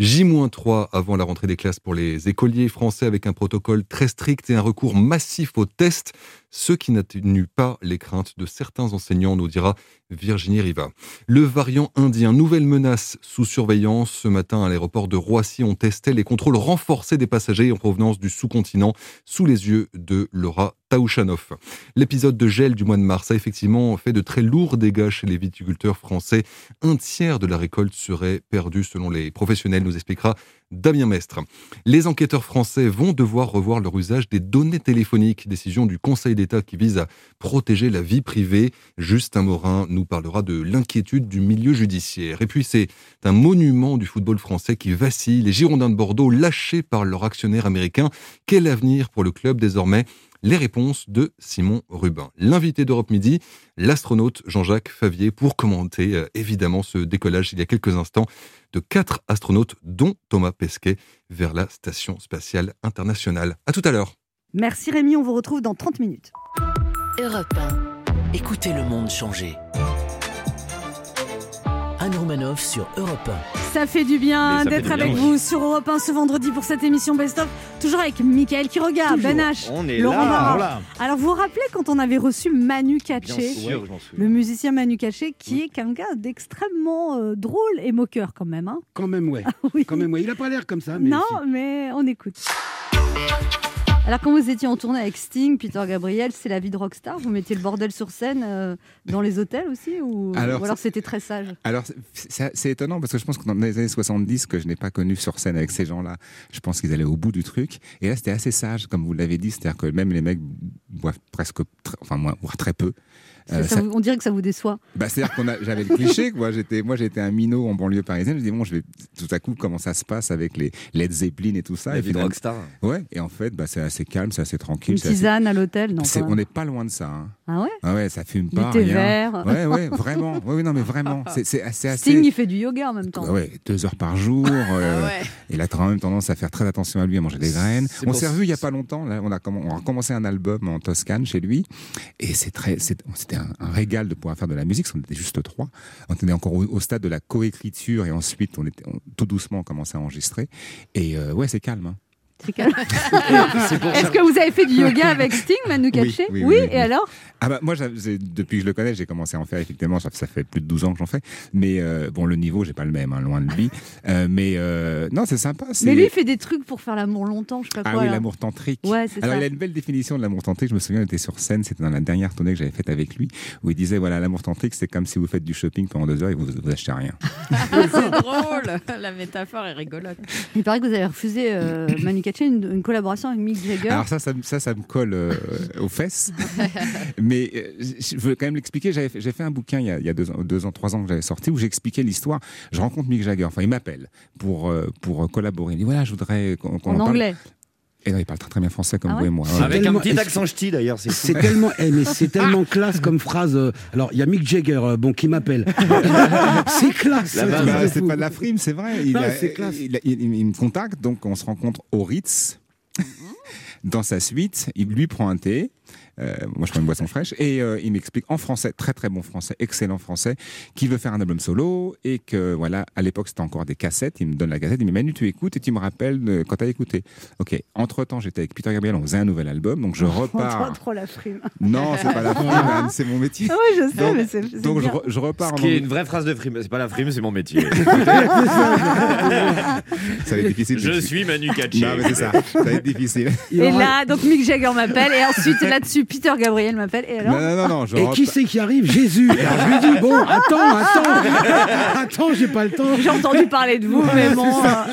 Speaker 12: J-3 avant la rentrée des classes pour les écoliers français avec un protocole très strict et un recours massif aux tests, ce qui n'atténue pas les craintes de certains enseignants, nous dira Virginie Riva. Le variant indien, nouvelle menace sous surveillance. Ce matin, à l'aéroport de Roissy, on testait les contrôles renforcés des passagers en provenance du sous-continent sous les yeux de Laura Taouchanoff. L'épisode de gel du mois de mars a effectivement fait de très lourds dégâts chez les viticulteurs français. Un tiers de la récolte serait perdue selon les professionnels, nous expliquera Damien Mestre. Les enquêteurs français vont devoir revoir leur usage des données téléphoniques, décision du Conseil d'État qui vise à protéger la vie privée. Justin Morin nous parlera de l'inquiétude du milieu judiciaire. Et puis c'est un monument du football français qui vacille. Les Girondins de Bordeaux lâchés par leur actionnaire américain. Quel avenir pour le club désormais les réponses de Simon Rubin. L'invité d'Europe Midi, l'astronaute Jean-Jacques Favier, pour commenter euh, évidemment ce décollage il y a quelques instants de quatre astronautes, dont Thomas Pesquet, vers la Station spatiale internationale. À tout à l'heure.
Speaker 3: Merci Rémi, on vous retrouve dans 30 minutes.
Speaker 2: Europe 1. Écoutez le monde changer. Anne Romanoff sur Europe 1.
Speaker 3: Ça fait du
Speaker 2: Mais
Speaker 3: bien
Speaker 2: ça fait
Speaker 3: d'être
Speaker 2: du bien, ouais.
Speaker 3: avec vous sur Europe 1 ce vendredi pour cette émission Best of. Toujours avec Michael Quiroga,
Speaker 4: Toujours.
Speaker 3: Ben H,
Speaker 4: On est
Speaker 3: Laurent
Speaker 4: là.
Speaker 3: Barra.
Speaker 4: Voilà.
Speaker 3: Alors vous vous rappelez quand on avait reçu Manu Katché,
Speaker 4: Bien sûr, je m'en souviens.
Speaker 3: le musicien Manu Katché, qui est quelqu'un d'extrêmement euh, drôle et moqueur quand même. hein.
Speaker 5: Quand même, ouais. Quand même, ouais. Il a pas l'air comme
Speaker 13: Ah,
Speaker 5: ça, mais.
Speaker 3: non, mais on écoute. Alors quand vous étiez en tournée avec Sting, Peter Gabriel, c'est la vie de rockstar. Vous mettiez le bordel sur scène euh, dans les hôtels aussi, ou
Speaker 13: Alors, Euh,
Speaker 3: ou alors
Speaker 13: c'est-
Speaker 3: c'était très sage.
Speaker 13: Alors, c'est- c'est c'est étonnant parce que je pense que dans les années 70, que je n'ai pas connu sur scène avec ces gens-là, je pense qu'ils allaient au bout du truc. Et là, c'était assez sage, comme vous l'avez dit, c'est-à-dire que même les mecs boivent presque, tr- enfin, moins, boire très peu.
Speaker 3: Ça-
Speaker 13: Euh,
Speaker 3: ça
Speaker 13: ça-
Speaker 3: vous- on dirait que ça vous déçoit.
Speaker 13: bah, c'est-à-dire qu'on a, j'avais le cliché, quoi. J'étais, moi, j'étais un minot en banlieue parisienne. Je dis bon, je vais tout à coup comment ça se passe avec les Led Zeppelin et tout ça.
Speaker 9: La
Speaker 13: et
Speaker 9: vie de
Speaker 13: finalement-
Speaker 9: rockstar.
Speaker 13: Ouais. Et en fait, bah, c'est assez calme, c'est assez tranquille.
Speaker 3: Une
Speaker 13: c'est assez-
Speaker 3: tisane à l'hôtel, non
Speaker 13: C'est-
Speaker 3: quand
Speaker 13: on
Speaker 3: même.
Speaker 13: n'est pas loin de ça. hein.
Speaker 3: Ah ouais
Speaker 13: Ah ouais, ça fume
Speaker 3: Du
Speaker 13: pas.
Speaker 3: thé
Speaker 13: rien.
Speaker 3: vert.
Speaker 13: Ouais, ouais, vraiment. Ouais, ouais, non, mais vraiment. C'est, c'est assez, assez. Ah
Speaker 3: Sting, il fait du yoga en même temps.
Speaker 13: Ouais, deux heures par jour. euh, Il a quand même tendance à faire très attention à lui, à manger des graines.
Speaker 9: C'est
Speaker 13: On
Speaker 9: pour
Speaker 13: s'est
Speaker 9: ça-
Speaker 13: revu il n'y a pas longtemps. Là, on, a comm- on a commencé un album en Toscane chez lui. Et c'est très, c'est- c'était un, un régal de pouvoir faire de la musique. parce qu'on était juste trois. On était encore au, au stade de la coécriture. Et ensuite, on était on- tout doucement on commençait à enregistrer. Et euh, ouais, c'est calme. hein.
Speaker 3: C'est calme.
Speaker 13: C'est pour
Speaker 3: Est-ce
Speaker 13: ça.
Speaker 3: que vous avez fait du yoga avec Sting, Manu Katché
Speaker 13: oui, oui, oui.
Speaker 3: et alors
Speaker 13: Ah bah moi, j'avais- j'ai- depuis que je le connais, j'ai commencé à en faire effectivement. Ça, ça fait plus de 12 ans que j'en fais. Mais euh, bon, le niveau, j'ai pas le même, hein, loin de lui. Euh, mais euh, non, c'est sympa.
Speaker 3: Mais
Speaker 13: c'est-
Speaker 3: lui, il fait des trucs pour faire l'amour longtemps, je sais pas
Speaker 13: Ah
Speaker 3: quoi.
Speaker 13: oui,
Speaker 3: là.
Speaker 13: l'amour tantrique.
Speaker 3: Ouais, c'est
Speaker 13: Alors,
Speaker 3: ça.
Speaker 13: il a une belle définition de l'amour tantrique. Je me souviens, on était sur scène, c'était dans la dernière tournée que j'avais faite avec lui, où il disait voilà, l'amour tantrique, c'est comme si vous faites du shopping pendant deux heures et vous, vous achetez rien.
Speaker 11: C'est drôle, la métaphore est rigolote.
Speaker 3: Il paraît que vous avez refusé euh, Manu Katché une, une collaboration avec Mick Jagger.
Speaker 13: Alors, ça, ça, me- ça, ça me colle euh, aux fesses. Mais euh, je je veux quand même l'expliquer. J'avais fait- J'ai fait un bouquin il y a, il y a deux, ans, deux ans, trois ans que j'avais sorti où j'expliquais l'histoire. Je rencontre Mick Jagger, enfin, il m'appelle pour, euh, pour collaborer. Il dit voilà, je voudrais qu'on qu'on
Speaker 3: en
Speaker 13: parle.
Speaker 3: anglais.
Speaker 13: Et non, il parle très très bien français comme
Speaker 3: Ah ouais
Speaker 13: vous et moi.
Speaker 5: C'est Avec un tellement- petit
Speaker 9: accent ch'ti d'ailleurs, c'est
Speaker 5: C'est tellement, eh, mais c'est
Speaker 13: Ah.
Speaker 5: tellement classe comme phrase. euh, Alors, il y a Mick Jagger, euh, bon, qui m'appelle. c'est classe.
Speaker 13: Là-bas,
Speaker 5: truc de
Speaker 13: bah, c'est
Speaker 5: fou.
Speaker 13: pas de la frime, c'est vrai. Il,
Speaker 5: Non,
Speaker 13: a-
Speaker 5: c'est classe.
Speaker 13: il a- il- il- il me contacte, donc on se rencontre au Ritz.
Speaker 5: Mm-hmm.
Speaker 13: Dans sa suite, il lui prend un thé. euh, moi, je prends une boisson fraîche et euh, il m'explique en français, très très bon français, excellent français, qu'il veut faire un album solo et que voilà, à l'époque c'était encore des cassettes. Il me donne la cassette, il me dit Manu, tu écoutes et tu me rappelles de- quand t'as écouté. Ok. Entre temps, j'étais avec Peter Gabriel, on faisait un nouvel album, donc je repars.
Speaker 3: trop la frime.
Speaker 13: Non, c'est pas la frime, hein, Anne, c'est mon métier.
Speaker 3: Ah oui, je sais,
Speaker 13: Donc-
Speaker 3: mais c'est- c'est
Speaker 13: donc je,
Speaker 3: bien.
Speaker 13: re- je repars.
Speaker 9: Ce
Speaker 13: en
Speaker 9: qui est
Speaker 13: Angleterre.
Speaker 9: une vraie phrase de frime. C'est pas la frime, c'est mon métier.
Speaker 13: Ça va être difficile.
Speaker 9: Je suis Manu Katché.
Speaker 13: Non, mais c'est ça. Ça va être difficile.
Speaker 3: Et là, donc Mick Jagger m'appelle, et ensuite là-dessus, Peter Gabriel m'appelle, et alors
Speaker 13: Non, non, non, non, je
Speaker 5: Et
Speaker 13: rentre
Speaker 5: qui
Speaker 13: pas.
Speaker 5: c'est qui arrive Jésus. Alors, je lui dis, bon, attends, attends. Attends, j'ai pas le temps.
Speaker 3: J'ai entendu parler de vous, mais bon,
Speaker 5: c'est ça.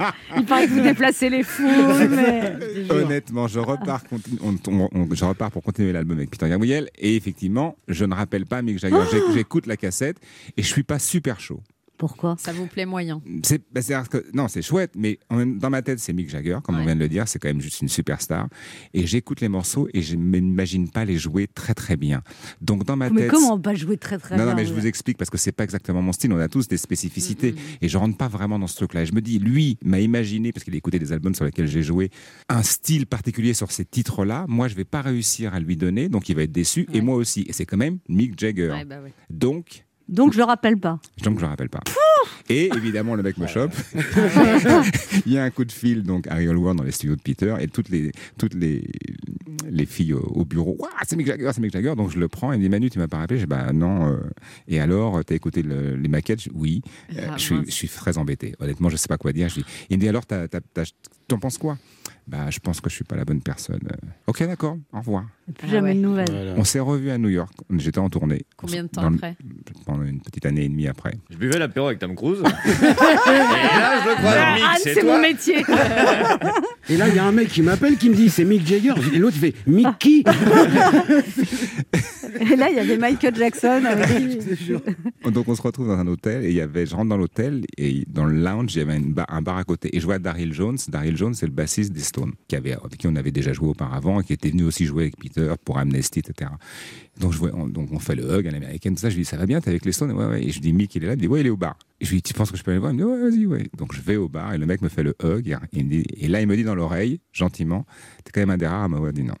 Speaker 3: euh, il paraît que vous déplacez les foules, mais...
Speaker 13: Honnêtement, je repars, continu- on- on- on- je repars pour continuer l'album avec Peter Gabriel. Et effectivement, je ne rappelle pas Mick Jagger. J'éc- J'écoute la cassette et je suis pas super chaud.
Speaker 3: Pourquoi
Speaker 11: Ça vous plaît moyen.
Speaker 13: C'est bah, c'est-à-dire que non, c'est chouette, mais en même- dans ma tête, c'est Mick Jagger, comme on vient de le dire. C'est quand même juste une superstar. Et j'écoute les morceaux et je m'imagine pas les jouer très très bien. Donc dans ma
Speaker 3: Mais
Speaker 13: tête,
Speaker 3: comment pas jouer très très
Speaker 13: non,
Speaker 3: bien
Speaker 13: non, mais je
Speaker 3: ouais.
Speaker 13: vous explique parce que c'est pas exactement mon style. On a tous des spécificités et je rentre pas vraiment dans ce truc-là. Et Je me dis, lui m'a imaginé parce qu'il a écouté des albums sur lesquels j'ai joué un style particulier sur ces titres-là. Moi, je vais pas réussir à lui donner, donc il va être déçu et moi aussi. Et c'est quand même Mick Jagger.
Speaker 11: Ouais, bah ouais. Ah
Speaker 13: Donc,
Speaker 3: Donc je le rappelle pas.
Speaker 13: donc je le rappelle pas. Et évidemment, le mec me chope. Il y a un coup de fil donc à Real World dans les studios de Peter et toutes les toutes les les filles au, au bureau. Waouh, c'est Mick Jagger, c'est Mick Jagger. Donc je le prends et il me dit Manu, tu m'as pas rappelé. Je dis bah non. euh, et alors, t'as écouté le- les maquettes Je dis, Oui. Euh,
Speaker 11: Ah,
Speaker 13: je, suis,
Speaker 11: mince.
Speaker 13: je suis très embêté. Honnêtement, je sais pas quoi dire. Je dis- il me dit alors, t'as- t'as- t'as- t'en penses quoi Bah, je pense que je suis pas la bonne personne. Euh, Ok, d'accord. Au revoir.
Speaker 3: Plus jamais de nouvelles.
Speaker 13: On s'est revus à New York. J'étais en tournée.
Speaker 11: Combien de temps
Speaker 13: Dans le-
Speaker 11: après
Speaker 13: Pendant une petite année et demie après.
Speaker 9: Je buvais l'apéro avec Tom Cruise. Et là, je le crois,
Speaker 10: Euh,
Speaker 5: Ah,
Speaker 9: Mick,
Speaker 5: Anne,
Speaker 9: c'est
Speaker 5: c'est
Speaker 9: toi.
Speaker 5: mon
Speaker 3: métier.
Speaker 5: Et là, il y a un mec qui m'appelle, qui me dit, c'est Mick Jagger. Et l'autre, il fait, Mick qui
Speaker 3: Et là, il y avait Michael Jackson avec qui-
Speaker 13: Donc on se retrouve dans un hôtel et il y avait, je rentre dans l'hôtel et dans le lounge il y avait une ba- un bar à côté et je vois Daryl Jones. Daryl Jones c'est le bassiste des Stones qui avait, avec qui on avait déjà joué auparavant et qui était venu aussi jouer avec Peter pour Amnesty etc. Donc je vois, on, donc on fait le hug à l'américaine tout ça. Je lui dis ça va bien t'es avec les Stones ouais, ouais. et je lui dis Mick il est là. Il me dit ouais il est au bar. Et je lui dis tu penses que je peux aller le voir Il me dit ouais vas-y ouais. Donc je vais au bar et le mec me fait le hug
Speaker 3: Ah.
Speaker 11: Ah.
Speaker 13: et, il me dit- et là il me dit dans l'oreille gentiment t'es quand même un des rares à m'avoir dit non.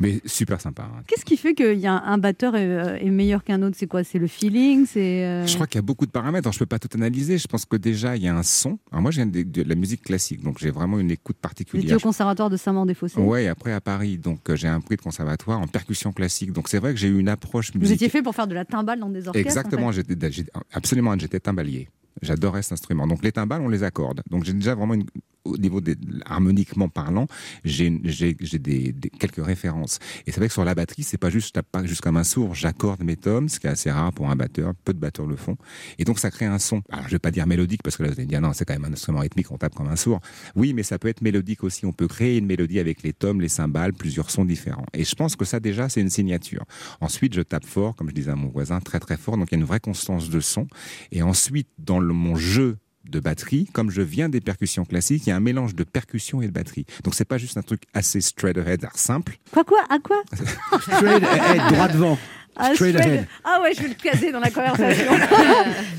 Speaker 13: Mais super sympa. hein.
Speaker 3: Qu'est-ce qui fait qu'il y a un batteur est, euh, est meilleur qu'un autre C'est quoi C'est le feeling C'est euh,
Speaker 13: Je crois qu'il y a beaucoup de paramètres. Alors, je peux pas tout analyser. Je pense que déjà, il y a un son. Alors, moi, je viens de, de la musique classique, donc j'ai vraiment une écoute
Speaker 3: vous étiez
Speaker 13: particulière.
Speaker 3: au conservatoire de Saint-Maur-des-Fossés
Speaker 13: Ouais, et après à Paris, donc euh, j'ai un prix de conservatoire en percussion classique. Donc c'est vrai que j'ai eu une approche
Speaker 3: Vous
Speaker 13: musicale.
Speaker 3: étiez fait pour faire de la timbale dans des orchestres en
Speaker 13: Exactement,
Speaker 3: fait.
Speaker 13: j'étais j'étais- absolument, j'étais timbalier. J'adorais cet instrument. Donc les timbales, on les accorde. Donc j'ai déjà vraiment une- au niveau des, harmoniquement parlant, j'ai une- j'ai j'ai des, des- quelques références. Et c'est vrai que sur la batterie, c'est pas juste je tape pas juste comme un sourd, j'accorde mes tomes, ce qui est assez rare pour un batteur, peu de batteurs le font. Et donc ça crée un son. Alors je vais pas dire mélodique parce que là vous allez me dire non, c'est quand même un instrument rythmique, on tape comme un sourd. Oui, mais ça peut être mélodique aussi. On peut créer une mélodie avec les tomes, les cymbales, plusieurs sons différents. Et je pense que ça déjà c'est une signature. Ensuite, je tape fort, comme je disais à mon voisin, très très fort. Donc il y a une vraie constance de son. Et ensuite, dans le- mon jeu de batterie, comme je viens des percussions classiques, il y a un mélange de percussion et de batterie. Donc c'est pas juste un truc assez straight ahead, art simple.
Speaker 3: Quoi, quoi À quoi
Speaker 13: Straight ahead, droit devant.
Speaker 3: Ah,
Speaker 13: Straight
Speaker 3: straight-
Speaker 13: ahead.
Speaker 3: Ah ouais, je vais le caser dans la conversation.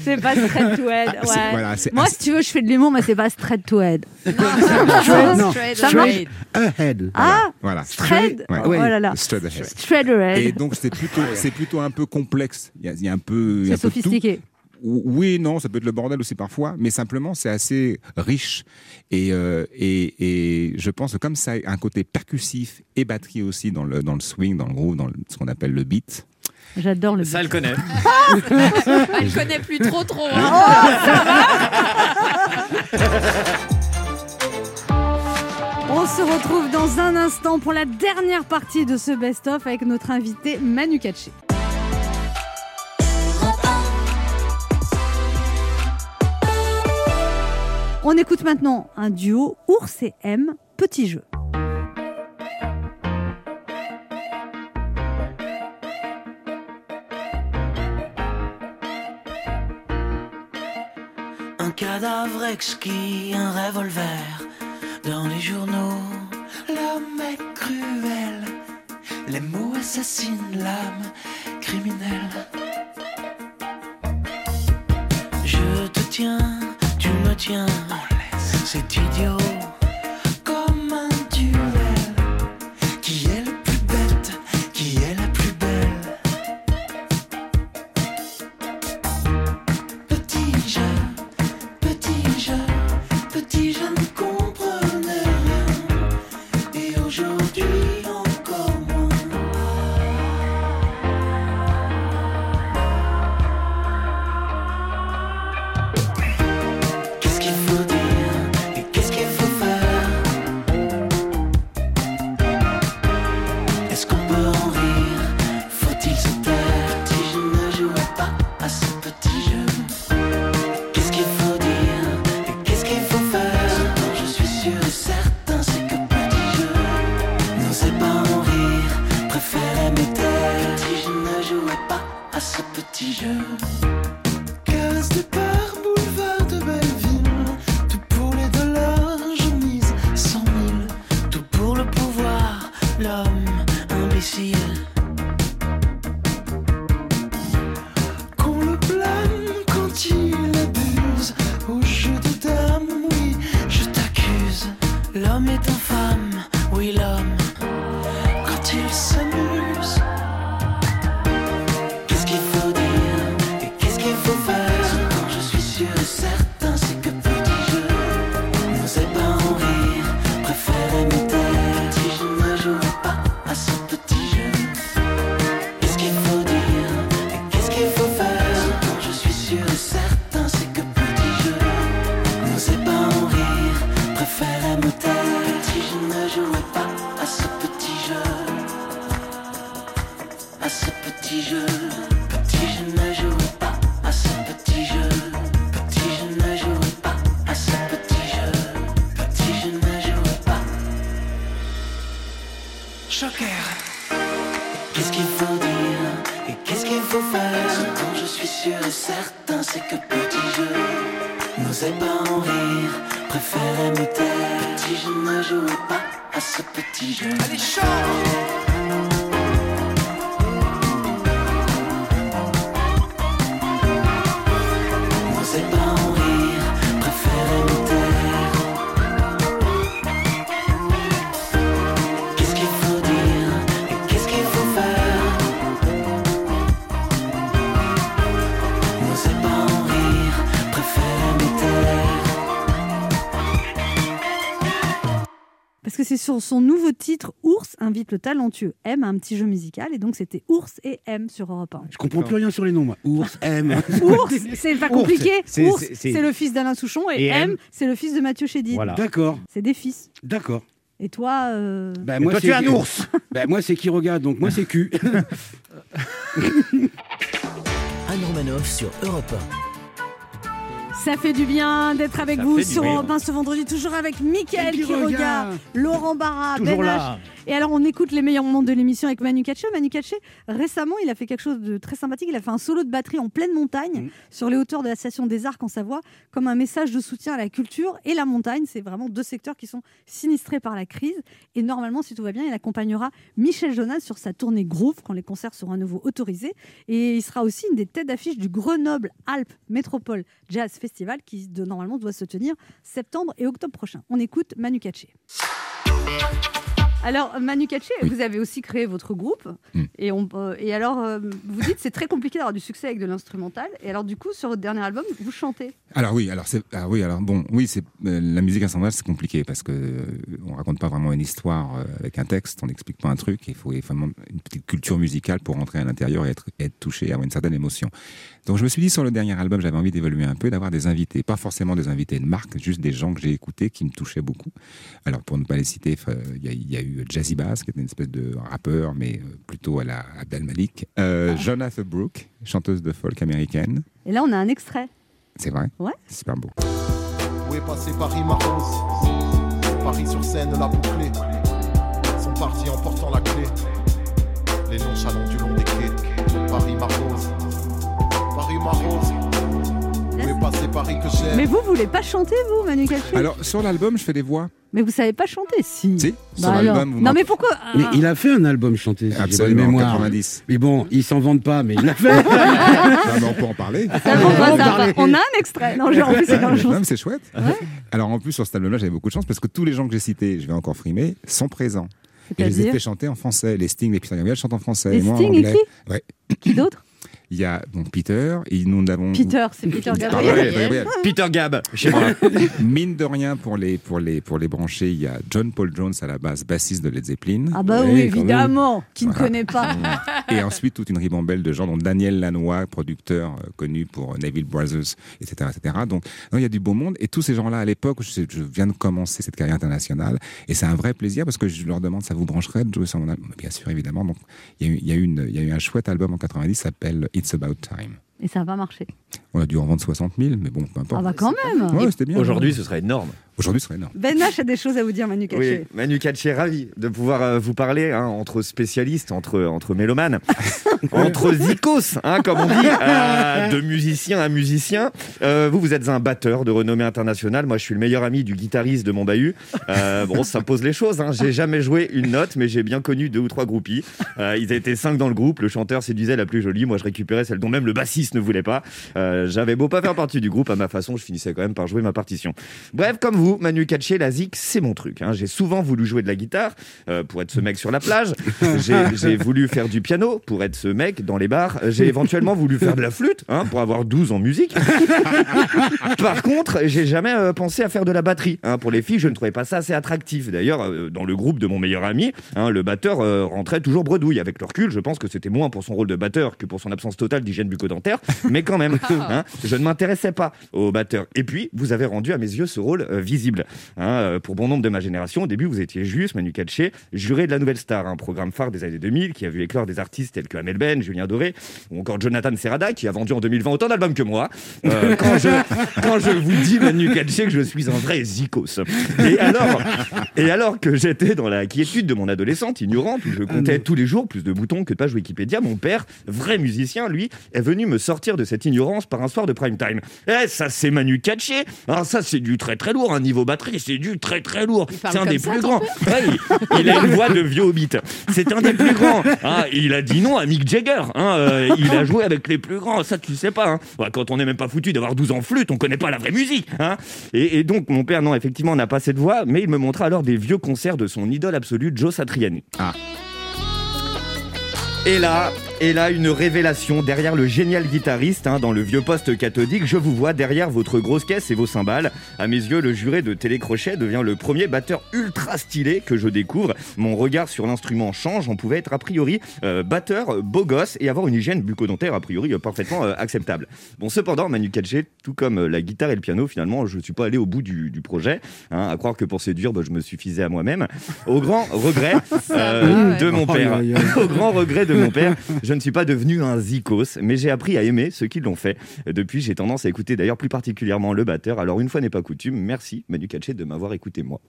Speaker 3: c'est pas straight to head.
Speaker 13: Ah, c'est-
Speaker 3: ouais.
Speaker 13: voilà, c'est-
Speaker 3: Moi, si tu veux, je fais de l'humour, mais c'est pas straight to head.
Speaker 5: Straight- non,
Speaker 3: Straight
Speaker 5: straight ahead.
Speaker 3: Ah
Speaker 13: Voilà.
Speaker 3: Straight
Speaker 13: Ouais.
Speaker 3: Oh là là.
Speaker 13: Straight ahead.
Speaker 3: Straight ahead.
Speaker 13: Et donc c'est plutôt, c'est plutôt un peu complexe. Il y a, il y a un peu. il y a
Speaker 3: C'est
Speaker 13: un peu de tout.
Speaker 3: sophistiqué.
Speaker 13: Ou- Oui, non, ça peut être le bordel aussi parfois, mais simplement c'est assez riche et, euh, et, et je pense que comme ça a un côté percussif et batterie aussi dans le, dans le swing, dans le groove, dans le- ce qu'on appelle le beat.
Speaker 3: J'adore le.
Speaker 13: Ça, elle connaît.
Speaker 11: Ah, Elle connaît plus trop trop. hein.
Speaker 3: On se retrouve dans un instant pour la dernière partie de ce best-of avec notre invité Manu Katché. On écoute maintenant un duo Ours et M, petit jeu.
Speaker 2: Un cadavre exquis, un revolver dans les journaux. L'homme est cruel, les mots assassinent l'âme criminelle. Je te tiens, tu me tiens, c'est idiot. Comme un duel, qui est le plus bête, qui est la plus belle. Petit jeu. Petit jeu, petit je ne comprenais rien. Et aujourd'hui encore moins. Qu'est-ce qu'il faut dire et qu'est-ce qu'il faut faire Est-ce qu'on peut en rire Faut-il se taire Petit je ne jouais pas à ce petit jeu. Qu'est-ce qu'il faut dire et qu'est-ce qu'il faut faire Ce dont je suis sûr et certain, c'est que petit jeu n'osait pas en rire, préférait me taire. Petit je ne jouais pas à ce petit jeu. Case de par boulevard de Belleville, tout pour les dollars, je mise cent mille. Tout pour le pouvoir, l'homme imbécile. Qu'on le blâme quand il abuse au jeu de dames, oui, je t'accuse. L'homme est infâme, oui, l'homme, quand il s'amuse. Qu'est-ce qu'il faut dire et qu'est-ce qu'il faut faire Ce dont je suis sûr et certain, c'est que petit jeu n'osait pas en rire, préférait me taire. Petit je ne jouerai pas à ce petit jeu. Qu'est-ce qu'il faut dire Qu'est-ce qu'il faut faire Ce dont je suis sûr et certain, c'est que petit jeu n'osait pas en rire, préférait me taire. Petit je ne jouerai pas à ce petit jeu. À ce petit jeu, petit je ne jouerai pas à ce petit jeu. Petit je ne jouerai pas à ce petit jeu. Petit je ne jouerai pas. Choquer. Qu'est-ce qu'il faut dire et qu'est-ce qu'il faut faire Ce dont je suis sûr et certain, c'est que petit jeu n'osait pas en rire, préférait me taire. Petit je ne jouerai pas à ce petit jeu. Allez, n'osait pas en rire, préférait me taire. Qu'est-ce qu'il faut dire et
Speaker 3: c'est sur son nouveau titre Ours invite le talentueux M à un petit jeu musical. Et donc, c'était Ours et M sur Europe 1.
Speaker 5: Je comprends plus rien sur les noms, moi. Ours, M.
Speaker 3: Ours, c'est pas
Speaker 5: Ours,
Speaker 3: compliqué.
Speaker 5: c'est-
Speaker 3: Ours,
Speaker 5: c'est- c'est-
Speaker 3: c'est le fils d'Alain Souchon. Et,
Speaker 5: Et
Speaker 3: M,
Speaker 5: M,
Speaker 3: c'est le fils de Mathieu Chédid.
Speaker 5: Voilà. D'accord.
Speaker 3: C'est des fils.
Speaker 5: D'accord.
Speaker 3: Et toi euh,
Speaker 5: Bah, moi, c'est- Bah, Moi, c'est qui regarde, donc moi, c'est Q.
Speaker 2: Anne Romanoff sur Europe
Speaker 3: Ça fait du bien d'être avec
Speaker 2: Ça
Speaker 3: vous
Speaker 2: fait du
Speaker 3: sur
Speaker 2: bien.
Speaker 3: Europe 1 ce vendredi, toujours avec Mickaël
Speaker 2: Et qui
Speaker 3: Quiroga,
Speaker 2: regarde.
Speaker 3: Laurent Barra,
Speaker 2: Toujours
Speaker 3: Ben
Speaker 2: là.
Speaker 3: H. Et alors, on écoute les meilleurs moments de l'émission avec Manu Katché. Manu Katché, récemment, il a fait quelque chose de très sympathique. Il a fait un solo de batterie en pleine montagne,
Speaker 2: Mm.
Speaker 3: sur les hauteurs de la station des Arcs en Savoie, comme un message de soutien à la culture et la montagne. C'est vraiment deux secteurs qui sont sinistrés par la crise. Et normalement, si tout va bien, il accompagnera Michel Jonas sur sa tournée Groove quand les concerts seront à nouveau autorisés. Et il sera aussi une des têtes d'affiche du Grenoble Alpes Métropole Jazz Festival qui, de- normalement, doit se tenir septembre et octobre prochain. On écoute Manu Katché. Alors, Manu Katché, vous avez aussi créé votre groupe. Et, on, euh, et alors, euh, vous dites c'est très compliqué d'avoir du succès avec de l'instrumental. Et alors, du coup, sur votre dernier album, vous chantez.
Speaker 13: Alors oui, alors c'est ah oui, alors bon, oui, c'est euh, la musique instrumentale, c'est compliqué parce que euh, on raconte pas vraiment une histoire euh, avec un texte, on n'explique pas un truc, il faut vraiment une petite culture musicale pour rentrer à l'intérieur et être, et être touché, avoir une certaine émotion. Donc je me suis dit sur le dernier album, j'avais envie d'évoluer un peu, d'avoir des invités, pas forcément des invités de marque, juste des gens que j'ai écoutés qui me touchaient beaucoup. Alors pour ne pas les citer, enfin, il y, a- il y a eu Jazzy Bass qui était une espèce de rappeur, mais euh, plutôt à la Abdel Malik, euh, Jonathan Brooke, chanteuse de folk américaine,
Speaker 3: Et là, on a un extrait.
Speaker 13: c'est vrai,
Speaker 3: Ouais.
Speaker 13: super beau.
Speaker 14: Où est passé Paris Marcos Paris sur scène l'a bouclé. Sont partis en portant la clé. Les nonchalants du long des quais. Paris Marcos Paris Marcos Où est passé Paris que j'aime
Speaker 3: Mais vous, vous voulez pas chanter, vous, Manu Katché
Speaker 13: Alors sur l'album, je fais des voix.
Speaker 3: Mais vous savez pas chanter, si.
Speaker 13: Si,
Speaker 5: sur l'album, vous
Speaker 3: Bah Non,
Speaker 5: m'entendez.
Speaker 3: mais pourquoi ah.
Speaker 5: Mais il a fait un album chanté, si j'ai bonne
Speaker 13: Absolument, en
Speaker 5: mémoire.
Speaker 13: 90.
Speaker 5: Mais bon, il s'en vante pas, mais il l'a fait. Ah,
Speaker 13: Non, mais on peut en parler.
Speaker 3: Ça va, ça va. On a un extrait. Non, je- en plus, c'est
Speaker 13: Non,
Speaker 3: dangereux.
Speaker 13: mais c'est chouette. Alors en plus, sur cet album-là, j'avais beaucoup de chance parce que tous les gens que j'ai cités, je vais encore frimer, sont présents. Et je les ai
Speaker 3: C'est-à-dire
Speaker 13: fait chanter en français. Les Sting, les Peter Gabriel chantent en français.
Speaker 3: Les
Speaker 13: et moi, en
Speaker 3: Sting et
Speaker 13: anglais.
Speaker 3: qui
Speaker 13: Ouais.
Speaker 3: Qui d'autre
Speaker 13: Il y a bon, Peter, et nous l'avons.
Speaker 3: Peter, c'est Peter
Speaker 13: Ah
Speaker 3: Gabriel.
Speaker 13: Peter Gab, chez moi. Mine de rien, pour les, pour, les, pour les branchés, il y a John Paul Jones à la basse, bassiste de Led Zeppelin.
Speaker 3: Ah bah oui, évidemment, qui ne connaît pas.
Speaker 13: Et ensuite, toute une ribambelle de gens, dont Daniel Lanois, producteur euh, connu pour euh, Neville Brothers, etc. etc. Donc, non, il y a du beau monde. Et tous ces gens-là, à l'époque, je, je viens de commencer cette carrière internationale. Et c'est un vrai plaisir parce que je leur demande, ça vous brancherait de jouer sur mon album Bien sûr, évidemment. Donc, il y a eu- il y, a eu une- il y a eu un chouette album en 90 qui s'appelle It's About Time.
Speaker 3: Et ça n'a pas marché.
Speaker 13: On a dû en vendre 60 000, mais bon, peu importe.
Speaker 3: Ah bah quand même.
Speaker 13: Ouais, c'était bien.
Speaker 9: Aujourd'hui, ce serait énorme.
Speaker 13: Aujourd'hui, ce serait énorme.
Speaker 3: Ben H a des choses à vous dire, Manu Katché.
Speaker 9: Oui, Manu Katché, ravi de pouvoir euh, vous parler hein, entre spécialistes, entre, entre mélomanes, entre zikos, hein, comme on dit, euh, de musicien à musicien. Euh, vous, vous êtes un batteur de renommée internationale. Moi, je suis le meilleur ami du guitariste de mon bahut. Euh, bon, ça pose les choses. Hein. J'ai jamais joué une note, mais j'ai bien connu deux ou trois groupies. Euh, ils étaient cinq dans le groupe. Le chanteur séduisait la plus jolie. Moi, je récupérais celle dont même le bassiste ne voulait pas. Euh, J'avais beau pas faire partie du groupe, à ma façon, je finissais quand même par jouer ma partition. Bref, comme vous, Manu Katché, la zik, c'est mon truc. hein. J'ai souvent voulu jouer de la guitare euh, pour être ce mec sur la plage. J'ai- J'ai voulu faire du piano pour être ce mec dans les bars. J'ai éventuellement voulu faire de la flûte hein, pour avoir 12 en musique. Par contre, j'ai jamais euh, pensé à faire de la batterie. hein. pour les filles, je ne trouvais pas ça assez attractif. D'ailleurs, euh, dans le groupe de mon meilleur ami, hein, le batteur euh, rentrait toujours bredouille. Avec le recul, je pense que c'était moins pour son rôle de batteur que pour son absence totale d'hygiène bucco-dentaire. Mais quand même, hein, je ne m'intéressais pas au batteur. Et puis, vous avez rendu à mes yeux ce rôle euh, visible. Hein, euh, pour bon nombre de ma génération, au début, vous étiez juste Manu Katché, juré de la nouvelle star, un programme phare des années 2000 qui a vu éclore des artistes tels que Amel Ben, Julien Doré ou encore Jonathan Serrada qui a vendu en 2020 autant d'albums que moi. Euh, quand je quand je vous dis Manu Katché que je suis un vrai zikos. Et alors, et alors que j'étais dans la quiétude de mon adolescente ignorante, où je comptais tous les jours plus de boutons que de pages Wikipédia, mon père, vrai musicien, lui, est venu me sortir de cette ignorance par un soir de prime time. Eh, ça c'est Manu Katché Alors ça c'est du très très lourd, un niveau batterie, c'est du très très lourd.
Speaker 2: Il parle
Speaker 9: C'est un
Speaker 2: comme
Speaker 9: des
Speaker 2: ça,
Speaker 9: plus
Speaker 2: ton
Speaker 9: grands.
Speaker 2: père
Speaker 9: Ouais, il, il a une voix de vieux hobbit. C'est un des plus grands. hein. il a dit non à Mick Jagger. hein. Euh, il a joué avec les plus grands. Ça, tu sais pas. hein. Ouais, quand on n'est même pas foutu d'avoir 12 ans flûte, on connaît pas la vraie musique. hein. Et, et donc, mon père, non, effectivement, n'a pas cette voix, mais il me montra alors des vieux concerts de son idole absolue, Joe Satriani. Et là, Et là, une révélation derrière le génial guitariste hein, dans le vieux poste cathodique. Je vous vois derrière votre grosse caisse et vos cymbales. À mes yeux, le juré de Télécrochet devient le premier batteur ultra stylé que je découvre. Mon regard sur l'instrument change. On pouvait être a priori euh, batteur, beau gosse et avoir une hygiène bucco-dentaire a priori euh, parfaitement euh, acceptable. Bon, cependant, Manu Katché, tout comme euh, la guitare et le piano, finalement, je ne suis pas allé au bout du, du projet. hein. à croire que pour séduire, bah, je me suffisais à moi-même. Au grand regret
Speaker 5: va,
Speaker 9: euh,
Speaker 5: ouais.
Speaker 9: de mon
Speaker 5: Oh là
Speaker 9: père.
Speaker 5: là.
Speaker 9: Au grand regret de mon père, je ne suis pas devenu un zikos, mais j'ai appris à aimer ceux qui l'ont fait. Depuis, j'ai tendance à écouter d'ailleurs plus particulièrement le batteur. Alors, une fois n'est pas coutume, merci Manu Katché de m'avoir écouté moi.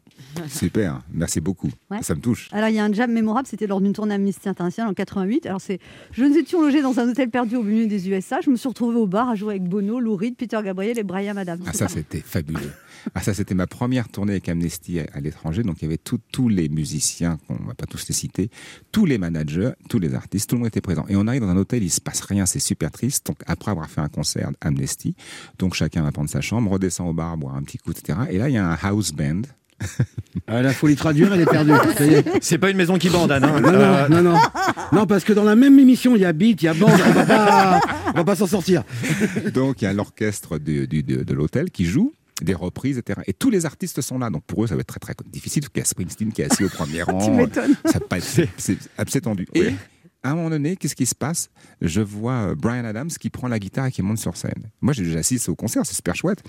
Speaker 13: Super, merci beaucoup.
Speaker 3: Ouais.
Speaker 13: Ça me touche.
Speaker 3: Alors, il y a un jam mémorable, c'était lors d'une tournée Amnesty International en 88. Alors, c'est, je nous étions logés dans un hôtel perdu au milieu des USA. Je me suis retrouvée au bar à jouer avec Bono, Lou Reed, Peter Gabriel et Brian Madame.
Speaker 13: Ah, ça, c'était fabuleux. Ah, ça, c'était ma première tournée avec Amnesty à, à l'étranger. Donc, il y avait tout- tous les musiciens, on ne va pas tous les citer, tous les managers, tous les artistes, tout le monde était présent. Et on arrive dans un hôtel, il se passe rien, c'est super triste. Donc, après avoir fait un concert Amnesty, donc chacun va prendre sa chambre, redescend au bar, boire un petit coup, etc. Et là, il y a un house band.
Speaker 5: Ah, la folie traduire, elle est perdue. ça y est.
Speaker 9: C'est pas une maison qui bande, Anne, hein.
Speaker 5: Non,
Speaker 9: Euh,
Speaker 5: non, non, non. Non, parce que dans la même émission, il y a beat, il y a bande, on va pas, on va pas s'en sortir.
Speaker 13: Donc, il y a l'orchestre du- du- de, de l'hôtel qui joue des reprises, etc. Et tous les artistes sont là. Donc, pour eux, ça va être très, très difficile. Parce qu'il y a Springsteen qui est assis au premier rang.
Speaker 5: m'étonnes.
Speaker 13: Ça peut être- c'est- C'est c'est tendu. Et à un moment donné, qu'est-ce qui se passe Je vois euh, Brian Adams qui prend la guitare et qui monte sur scène. Moi, j'ai déjà assisté au concert, c'est super chouette.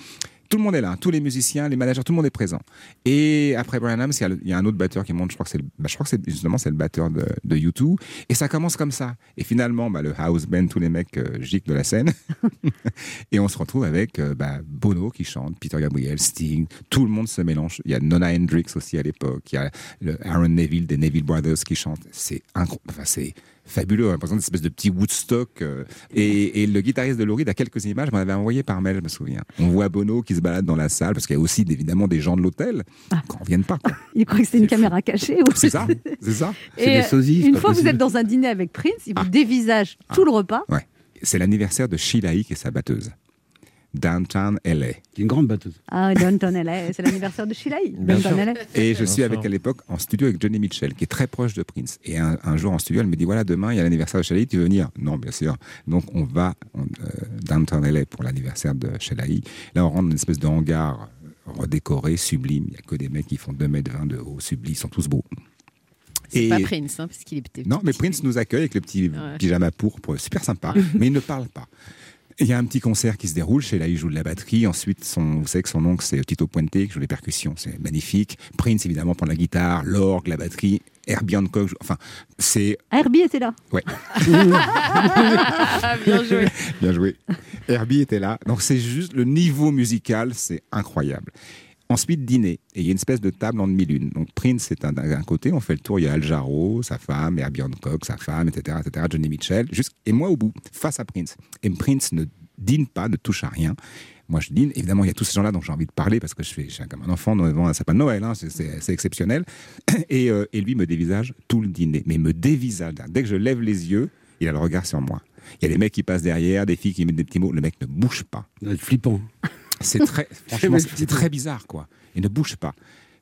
Speaker 13: Tout le monde est là, tous les musiciens, les managers, tout le monde est présent. Et après Brian Adams, il y a le- il y, a un autre batteur qui monte, je crois que c'est, le- bah, je crois que c'est justement c'est le batteur de, de U2. Et ça commence comme ça. Et finalement, bah, le house band, tous les mecs euh, giclent de la scène. Et on se retrouve avec euh, bah, Bono qui chante, Peter Gabriel, Sting, tout le monde se mélange. Il y a Nona Hendrix aussi à l'époque, il y a le Aaron Neville des Neville Brothers qui chante. C'est incro- enfin, c'est fabuleux, on a l'impression d'une espèce de petit Woodstock. euh, et, et le guitariste de Lauride a quelques images, m'en avait envoyé par mail, je me souviens. On voit Bono qui se balade dans la salle, parce qu'il y a aussi évidemment des gens de l'hôtel qui ne reviennent pas. quoi.
Speaker 3: Ah. Il croit que c'était une caméra cachée. oui.
Speaker 13: C'est ça, c'est ça.
Speaker 3: Et euh, une fois que vous êtes dans un dîner avec Prince, il vous dévisage tout le repas.
Speaker 13: Ah. Ouais. C'est l'anniversaire de Sheila Hick et sa batteuse. Downtown LA.
Speaker 5: Une grande batteuse.
Speaker 3: Ah, Downton LA, c'est l'anniversaire de Shilaï.
Speaker 13: Bien sûr.
Speaker 3: Downton LA.
Speaker 13: Et je
Speaker 5: Bien
Speaker 13: suis
Speaker 5: sûr.
Speaker 13: avec à l'époque en studio avec Johnny Mitchell, qui est très proche de Prince. Et un, un jour en studio, elle me dit voilà, demain il y a l'anniversaire de Shelley, tu veux venir Non, bien sûr. Donc on va on, euh, downtown LA pour l'anniversaire de Shelley. Là, on rentre dans une espèce de hangar euh, redécoré, sublime. Il n'y a que des mecs qui font 2 mètres 20 de haut, sublime, ils sont tous beaux.
Speaker 15: C'est
Speaker 13: Et-
Speaker 15: pas Prince, hein, parce qu'il est petit.
Speaker 13: non, mais Prince nous accueille avec le petit
Speaker 15: Ouais.
Speaker 13: pyjama pourpre, super sympa, mais il ne parle pas. Il y a un petit concert qui se déroule, chez là, il joue de la batterie. Ensuite, son, vous savez que son oncle, c'est Tito Puente, qui joue les percussions, c'est magnifique. Prince, évidemment, prend la guitare, l'orgue, la batterie. Herbie Hancock, joue- enfin, c'est.
Speaker 3: Ah, Herbie était là.
Speaker 13: Ouais.
Speaker 2: Ah, Bien joué.
Speaker 13: Bien joué. Herbie était là. Donc c'est juste le niveau musical, c'est incroyable. Ensuite, dîner. Et il y a une espèce de table en demi-lune. Donc Prince est un- d'un côté, on fait le tour, il y a Al Jarreau, sa femme, Herbie Hancock, sa femme, etc., etc., Johnny Mitchell, jusqu'- et moi au bout, face à Prince. Et Prince ne dîne pas, ne touche à rien. Moi, je dîne. Évidemment, il y a tous ces gens-là dont j'ai envie de parler parce que je suis, je suis comme un enfant devant un sapin de Noël. hein. C'est- c'est c'est exceptionnel. Et, euh, et lui me dévisage tout le dîner. Mais il me dévisage. Dès que je lève les yeux, il a le regard sur moi. Il y a des mecs qui passent derrière, des filles qui mettent des petits mots. Le mec ne bouge pas.
Speaker 5: flippant.
Speaker 13: C'est très, franchement,
Speaker 5: Ouais,
Speaker 13: c'est très bizarre, quoi. Il ne bouge pas.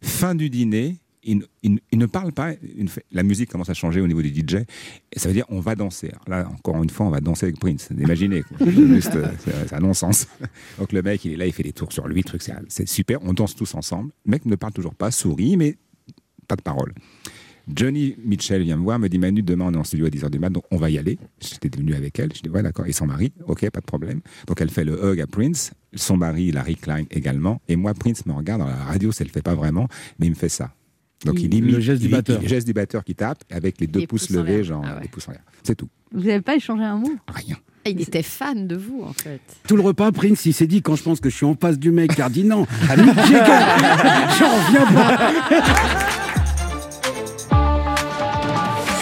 Speaker 13: Fin du dîner, il, ne- il ne- il ne parle pas. Une fois- la musique commence à changer au niveau du DJ. Et ça veut dire on va danser. Alors Là, encore une fois, on va danser avec Prince. Imaginez. quoi. C'est juste, euh, c'est c'est un non-sens. Donc le mec, il est là, il fait des tours sur lui, truc, c'est- c'est super. On danse tous ensemble. Le mec ne parle toujours pas, sourit, mais pas de parole. Johnny Mitchell vient me voir, me dit Manu, demain on est en studio à 10h du mat, donc on va y aller. J'étais devenu avec elle, je dis ouais d'accord, et son mari, ok, pas de problème. Donc elle fait le hug à Prince, son mari la recline également, et moi Prince me regarde dans la radio, ça le fait pas vraiment, mais il me fait ça. Donc il,
Speaker 5: Il-
Speaker 13: imite
Speaker 5: le geste du
Speaker 13: il- il-
Speaker 5: batteur.
Speaker 13: le geste du batteur qui tape avec les deux
Speaker 11: Les
Speaker 13: pouces
Speaker 11: pouces en
Speaker 13: levés,
Speaker 11: l'air.
Speaker 13: genre
Speaker 11: Ah ouais.
Speaker 13: les pouces en l'air. C'est tout.
Speaker 3: Vous n'avez pas échangé un mot
Speaker 11: Ah, Il était fan de vous, en fait.
Speaker 5: Tout le repas, Prince, il s'est dit quand je pense que je suis en face du mec, car dit non, à Mick Jagger, j'en reviens pas.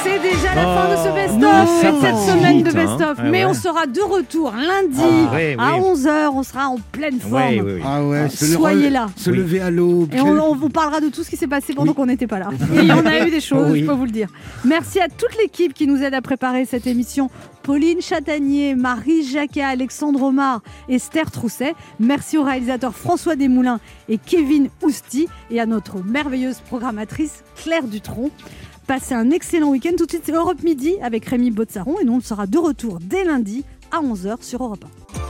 Speaker 3: C'est déjà la fin de ce
Speaker 5: Oh,
Speaker 3: best-of et de
Speaker 5: mais ça
Speaker 3: cette
Speaker 5: passe
Speaker 3: semaine
Speaker 5: vite,
Speaker 3: de
Speaker 5: hein.
Speaker 3: best-of.
Speaker 5: Ouais,
Speaker 3: Mais
Speaker 5: ouais.
Speaker 3: on sera de retour lundi
Speaker 5: Ah, ouais,
Speaker 3: à
Speaker 5: oui.
Speaker 3: 11h. On sera en pleine forme.
Speaker 5: Ah ouais, se le
Speaker 3: Soyez
Speaker 5: re-
Speaker 3: là.
Speaker 5: Se lever à l'aube.
Speaker 3: Et on, on vous parlera de tout ce qui s'est passé pendant qu'on n'était pas là. Et il y en a eu des choses,
Speaker 5: Oui.
Speaker 3: je peux vous le dire. Merci à toute l'équipe qui nous aide à préparer cette émission. Pauline Chatanier, Marie Jacquet, Alexandre Omar, Esther Trousset. Merci au réalisateur François Desmoulins et Kevin Ousti et à notre merveilleuse programmatrice Claire Dutronc. Passez un excellent week-end. Tout de suite, c'est Europe Midi avec Rémi Botsaron. Et nous, on sera de retour dès lundi à 11h sur Europe 1.